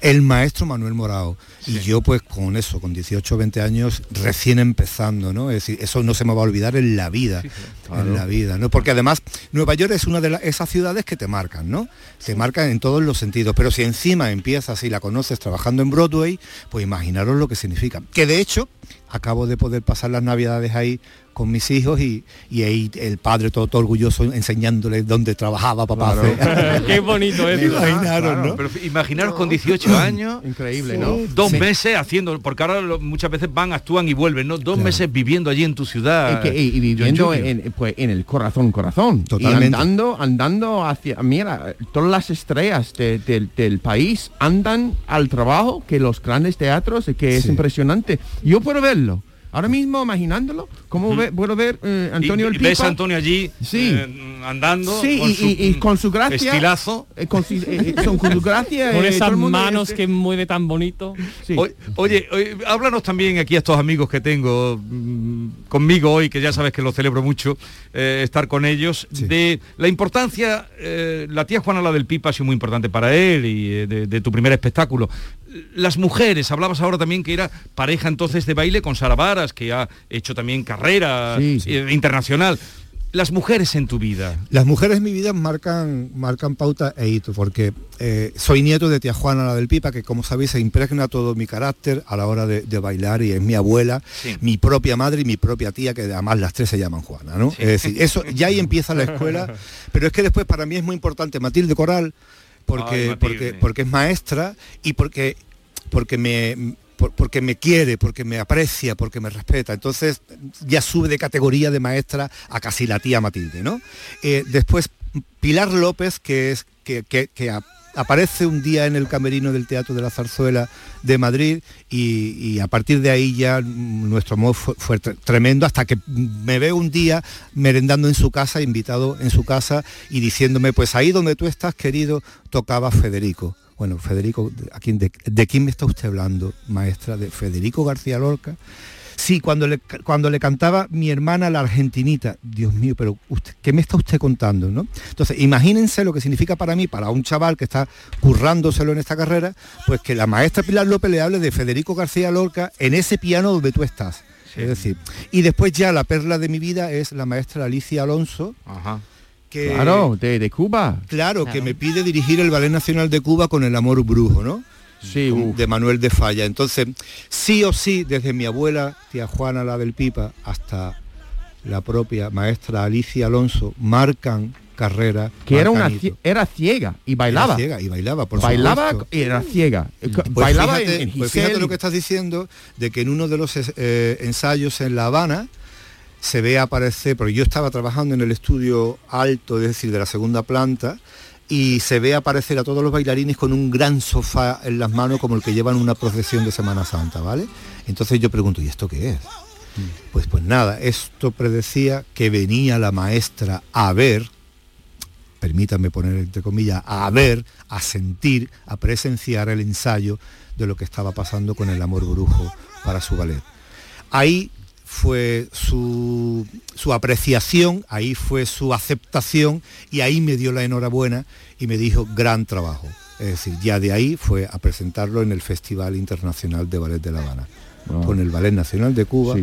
S18: el maestro Manuel Morao. Y yo pues con eso, con 18 o 20 años, recién empezando, ¿no? Es decir, eso no se me va a olvidar en la vida. En la vida, ¿no? Porque además Nueva York es una de la- esas ciudades que te marcan, ¿no? Te marcan en todos los sentidos. Pero si encima empiezas y la conoces trabajando en Broadway, pues imaginaros lo que significa. Que de hecho, acabo de poder pasar las navidades ahí con mis hijos y, y ahí el padre todo, todo orgulloso enseñándole dónde trabajaba papá.
S8: Qué bonito ¿eh?
S18: es. Imaginaron, ¿no?
S8: Pero imaginaros con 18 años.
S3: Increíble,
S8: Sí.
S3: ¿no?
S8: Dos
S3: Sí.
S8: meses haciendo, porque ahora lo- muchas veces van, actúan y vuelven, ¿no? Dos meses viviendo allí en tu ciudad.
S3: Es que, y, y viviendo en, pues, en el corazón, corazón.
S8: Totalmente.
S3: Y andando, andando hacia... Mira, todas las estrellas de- del- del país andan al trabajo que los grandes teatros, eh, que es impresionante. Yo puedo verlo. Ahora mismo, imaginándolo, ¿cómo ve- puedo ver eh, Antonio
S8: y,
S3: el
S8: y ves
S3: Pipa?
S8: a Antonio allí
S3: Sí.
S8: eh, andando
S3: Sí,
S8: con
S3: y,
S8: su
S3: y- y con su gracia...
S8: estilazo.
S3: eh, con, su- eh, eh, son- con su gracia...
S6: Con
S3: eh, todo
S6: esas
S3: el mundo,
S6: manos
S3: este-
S6: que mueve tan bonito.
S8: O- Oye, oye, háblanos también aquí a estos amigos que tengo mm, conmigo hoy, que ya sabes que lo celebro mucho, eh, estar con ellos, de la importancia, eh, la tía Juana, la del Pipa, ha sido muy importante para él y eh, de, de tu primer espectáculo. Las mujeres, hablabas ahora también que era pareja entonces de baile con Sara Varas, que ha hecho también carrera
S18: Sí, sí.
S8: eh, internacional. Las mujeres en tu vida.
S18: Las mujeres en mi vida marcan, marcan pauta e hito, porque eh, soy nieto de tía Juana, la del Pipa, que como sabéis se impregna todo mi carácter a la hora de, de bailar y es mi abuela, mi propia madre y mi propia tía, que además las tres se llaman Juana, ¿no? Es decir, eso ya ahí empieza la escuela, pero es que después para mí es muy importante Matilde Coral, porque, porque, porque es maestra y porque, porque me... por- Porque me quiere, porque me aprecia, porque me respeta. Entonces ya sube de categoría de maestra a casi la tía Matilde, ¿no? Eh, después Pilar López, que es que, que- que a- aparece un día en el camerino del Teatro de la Zarzuela de Madrid y, y a partir de ahí ya mm, nuestro amor fue, fue tre- tremendo hasta que mm, me veo un día merendando en su casa, invitado en su casa y diciéndome, pues ahí donde tú estás, querido, tocaba Federico. Bueno, Federico, ¿de- ¿a quién, de, de quién me está usted hablando, maestra? ¿De Federico García Lorca? Sí, cuando le, cuando le cantaba mi hermana la argentinita, Dios mío, pero usted, ¿qué me está usted contando? ¿no? Entonces, imagínense lo que significa para mí, para un chaval que está currándoselo en esta carrera, pues que la maestra Pilar López le hable de Federico García Lorca en ese piano donde tú estás. Es decir, y después ya la perla de mi vida es la maestra Alicia Alonso, que
S3: Claro, de, de Cuba.
S18: Eh, Claro, que me pide dirigir el Ballet Nacional de Cuba con El Amor Brujo, ¿no?
S3: Sí,
S18: Con- de Manuel de Falla. Entonces, sí o sí, desde mi abuela, tía Juana, la del Pipa, hasta la propia maestra Alicia Alonso, marcan carrera.
S3: Que era una
S18: marcan hito.
S3: cie- era ciega y bailaba.
S18: Era ciega y bailaba, por
S3: bailaba
S18: supuesto.
S3: y era ciega. Eh,
S18: Pues
S3: bailaba
S18: fíjate,
S3: en, en
S18: pues fíjate
S3: Giselle.
S18: lo que estás diciendo de que en uno de los es- eh, ensayos en La Habana se ve aparecer, porque yo estaba trabajando en el estudio alto, es decir, de la segunda planta, y se ve aparecer a todos los bailarines con un gran sofá en las manos como el que llevan una procesión de Semana Santa, ¿vale? Entonces yo pregunto, ¿y esto qué es?
S3: Mm.
S18: Pues pues nada, esto predecía que venía la maestra a ver permítanme poner entre comillas, a ver, a sentir, a presenciar el ensayo de lo que estaba pasando con el amor brujo para su ballet. Ahí fue su, su apreciación, ahí fue su aceptación y ahí me dio la enhorabuena y me dijo gran trabajo. Es decir, ya de ahí fue a presentarlo en el Festival Internacional de Ballet de La Habana, con el Ballet Nacional de Cuba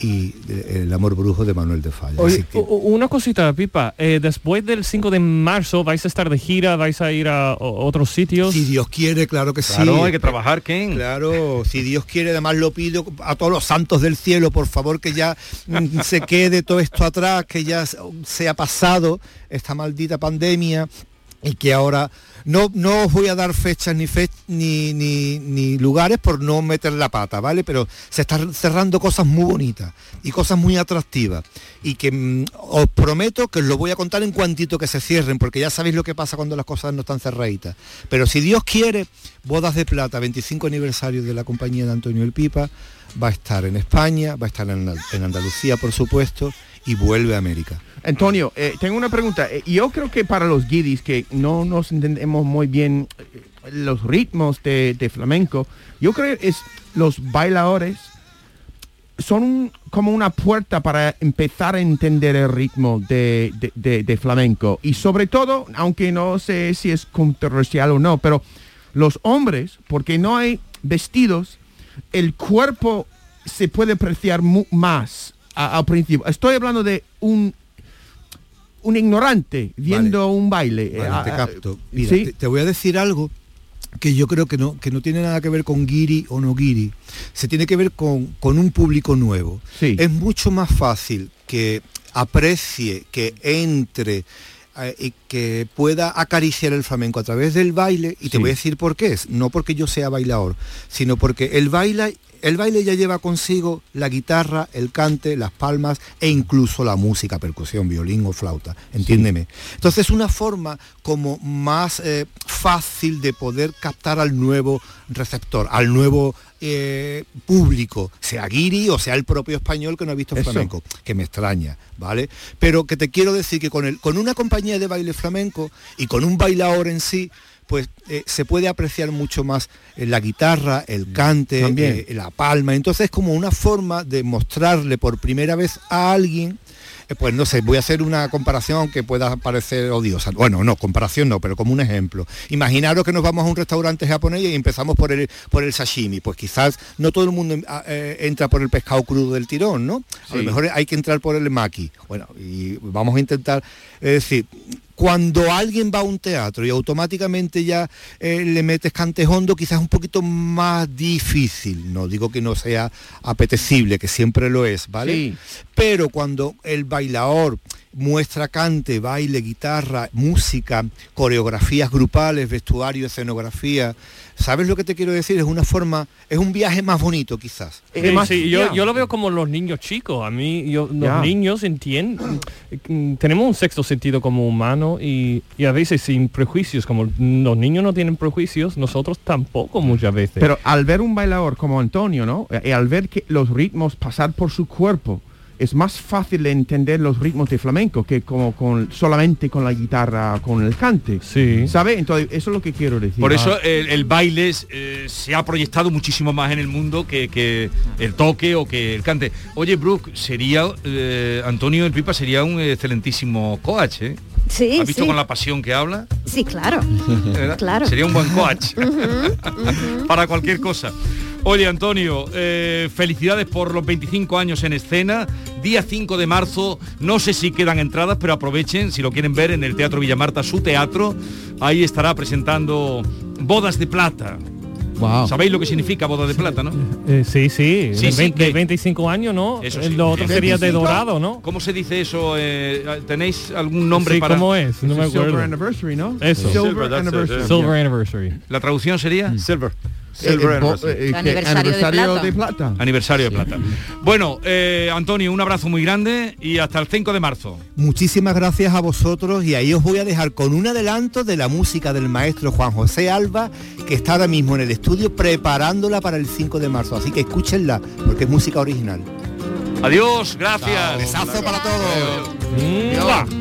S18: y eh, el amor brujo de Manuel de Falla.
S6: Oye,
S18: Así que-
S6: u- u- una cosita, Pipa. eh, después del 5 de marzo vais a estar de gira, vais a ir a, o- otros sitios. Si
S18: Dios quiere, claro que
S6: sí.
S8: trabajar, Ken.
S18: Claro, si Dios quiere, además lo pido a todos los santos del cielo, por favor, que ya mm, se quede todo esto atrás, que ya se- se ha pasado esta maldita pandemia y que ahora no, no os voy a dar fechas ni, fe- ni, ni- ni lugares por no meter la pata, ¿vale? Pero se están cerrando cosas muy bonitas y cosas muy atractivas y que mm, os prometo que os lo voy a contar en cuantito que se cierren, porque ya sabéis lo que pasa cuando las cosas no están cerraditas. Pero si Dios quiere, Bodas de Plata, 25 aniversario de la compañía de Antonio El Pipa, va a estar en España, va a estar en, Andal- en Andalucía, por supuesto, y vuelve a América.
S3: Antonio, eh, tengo una pregunta. Eh, Yo creo que para los guiris que no nos entendemos muy bien eh, los ritmos de, de flamenco, yo creo que es los bailadores son un- como una puerta para empezar a entender el ritmo de, de- de- de flamenco. Y sobre todo, aunque no sé si es controversial o no, pero los hombres, porque no hay vestidos, el cuerpo se puede apreciar mu- más a- al principio. Estoy hablando de un, un ignorante viendo un baile. Eh,
S18: Vale,
S3: ah,
S18: te
S3: ah,
S18: capto. Mira,
S3: ¿sí?
S18: te, te voy a decir algo que yo creo que no, que no tiene nada que ver con guiri o no guiri. Se tiene que ver con, con un público nuevo. Es mucho más fácil que aprecie, que entre eh, y que pueda acariciar el flamenco a través del baile y te voy a decir por qué es no porque yo sea bailador sino porque el baile el baile ya lleva consigo la guitarra el cante las palmas e incluso la música percusión violín o flauta entiéndeme entonces es una forma como más eh, fácil de poder captar al nuevo receptor al nuevo eh, público sea guiri o sea el propio español que no ha visto
S14: Eso.
S18: flamenco que me extraña vale pero que te quiero decir que con el con una compañía de baile flamenco y con un bailador en sí pues eh, se puede apreciar mucho más eh, la guitarra, el cante,
S3: También.
S18: eh, la palma. Entonces es como una forma de mostrarle por primera vez a alguien, eh, pues no sé, voy a hacer una comparación que pueda parecer odiosa. Bueno, no, comparación no, pero como un ejemplo. Imaginaros que nos vamos a un restaurante japonés y empezamos por el, por el sashimi. Pues quizás no todo el mundo em- a- eh, entra por el pescado crudo del tirón, ¿no? A lo
S14: Sí.
S18: mejor hay que entrar por el maki. Bueno, y vamos a intentar, es decir, cuando alguien va a un teatro y automáticamente ya eh, le metes cantejondo, quizás un poquito más difícil, no digo que no sea apetecible, que siempre lo es, ¿vale? Pero cuando el bailador muestra cante, baile, guitarra, música, coreografías grupales, vestuario, escenografía, ¿sabes lo que te quiero decir? Es una forma, es un viaje más bonito quizás.
S6: Sí, sí, yo, yo lo veo como los niños chicos. A mí, yo, los
S18: Ya.
S6: niños entienden. Tenemos un sexto sentido como humano y, y a veces sin prejuicios. Como los niños no tienen prejuicios, nosotros tampoco muchas veces.
S3: Pero al ver un bailador como Antonio, ¿no? Y al ver que los ritmos pasar por su cuerpo, es más fácil entender los ritmos de flamenco que como con solamente con la guitarra, con el cante. Sí. ¿Sabe? Entonces, eso es lo que quiero decir.
S8: Por eso el, el baile es, eh, se ha proyectado muchísimo más en el mundo que, que el toque o que el cante. Oye, Brooke, sería eh, Antonio el Pipa sería un excelentísimo coach, ¿eh?
S7: Sí,
S8: ¿Has visto
S7: sí.
S8: con la pasión que habla?
S7: Sí, claro.
S8: ¿Verdad?
S7: Claro.
S8: Sería un buen coach. Para cualquier cosa. Oye, Antonio, eh, felicidades por los 25 años en escena. Día 5 de marzo, no sé si quedan entradas, pero aprovechen, si lo quieren ver, en el Teatro Villamarta, su teatro. Ahí estará presentando Bodas de Plata. ¿Sabéis lo que significa Boda de Plata, no?
S6: Eh, sí, sí,
S8: Sí,
S6: de,
S8: sí,
S6: 20 de 25 años, ¿no?
S8: Eso
S6: Eh,
S8: sí.
S6: Lo otro sería de
S8: 25.
S6: dorado, ¿no?
S8: ¿Cómo se dice eso? eh? ¿Tenéis algún nombre
S6: Sí,
S8: para...?
S6: ¿cómo es? No me acuerdo.
S3: Silver Anniversary, ¿no?
S6: Eso.
S3: Silver Silver, that's it, Anniversary. yeah.
S6: Silver Anniversary. Mm.
S8: ¿La traducción sería? Silver.
S3: Eh, eh, bo- eh, que- Aniversario de aniversario plata. de plata.
S8: Aniversario de plata. Bueno, eh, Antonio, un abrazo muy grande y hasta el 5 de marzo.
S18: Muchísimas gracias a vosotros y ahí os voy a dejar con un adelanto de la música del maestro Juan José Alba, que está ahora mismo en el estudio preparándola para el 5 de marzo. Así que escúchenla, porque es música original.
S8: Adiós, gracias.
S18: Besazo
S8: para
S18: todos.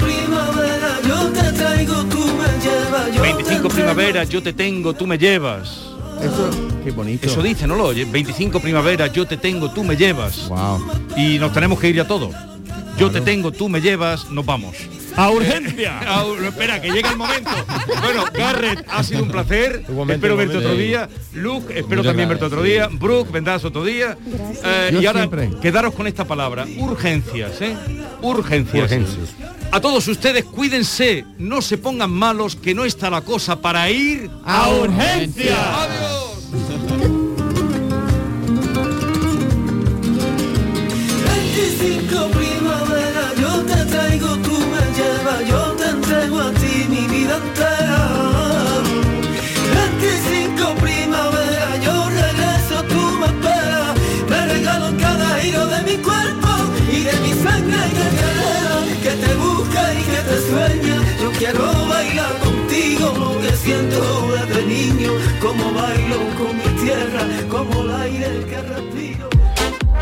S9: primavera, yo te traigo, tú me llevas, yo
S8: 25
S9: te entrego.
S8: primavera, yo te tengo, tú me llevas.
S3: Eso, qué bonito.
S8: Eso dice, ¿no lo oye? 25 primavera, yo te tengo, tú me llevas. Y nos tenemos que ir ya todos. Yo te tengo, tú me llevas, nos vamos.
S6: ¡A urgencia!
S8: Ah, espera, que llega el momento. Bueno, Garrett, ha sido un placer.
S6: momento,
S8: espero
S6: un
S8: verte
S6: momento.
S8: otro día. Luke, espero
S6: Muchas
S8: también
S6: gracias,
S8: verte otro día. Brooke, vendrás otro día. Eh,
S6: Yo
S8: y ahora
S6: siempre.
S8: quedaros con esta palabra, urgencias, ¿eh? Urgencias.
S4: Urgencias.
S8: A todos ustedes, cuídense, no se pongan malos, que no está la cosa para ir
S9: A urgencias.
S8: ¡Adiós!
S9: 25 primavera, yo te traigo, tú me llevas, yo te entrego a ti mi vida entera. 25 primavera, yo regreso, tú me esperas, me regalo en cada hilo de mi cuerpo y de mi sangre guerrera, que te busca y que te sueña. Yo quiero bailar contigo lo que siento desde niño, como bailo con mi tierra, como el aire que respiro.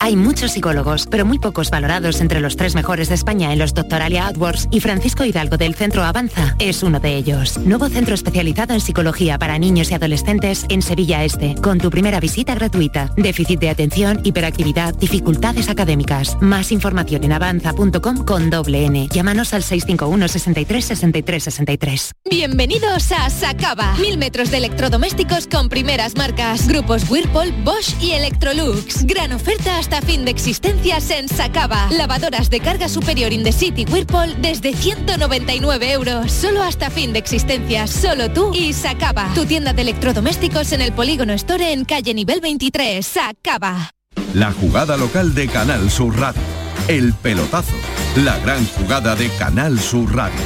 S19: Hay muchos psicólogos, pero muy pocos valorados entre los tres mejores de España en los Doctoralia AdWords y Francisco Hidalgo del Centro Avanza es uno de ellos. Nuevo centro especializado en psicología para niños y adolescentes en Sevilla Este, con tu primera visita gratuita. Déficit de atención, hiperactividad, dificultades académicas. Más información en avanza.com con doble N. Llámanos al 651 63 63 63.
S20: Bienvenidos a Sacaba. Mil metros de electrodomésticos con primeras marcas. Grupos Whirlpool, Bosch y Electrolux. Gran oferta hasta fin de existencias en Sacaba. Lavadoras de carga superior in the city Whirlpool desde 199 euros. Solo hasta fin de existencias. Solo tú y Sacaba. Tu tienda de electrodomésticos en el Polígono Store en calle nivel 23. Sacaba.
S14: La jugada local de Canal Sur Radio. El pelotazo. La gran jugada de Canal Sur Radio.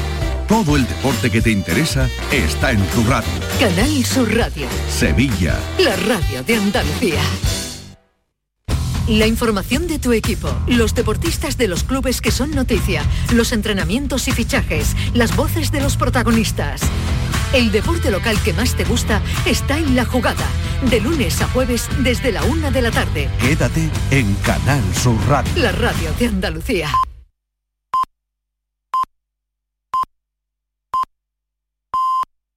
S14: Todo el deporte que te interesa está en tu radio.
S2: Canal Sur Radio,
S14: Sevilla.
S2: la radio de Andalucía. La información de tu equipo, los deportistas de los clubes que son noticia, los entrenamientos y fichajes, las voces de los protagonistas. El deporte local que más te gusta está en la jugada, de lunes a jueves desde la una de la tarde.
S14: Quédate en Canal Sur Radio.
S2: La radio de Andalucía.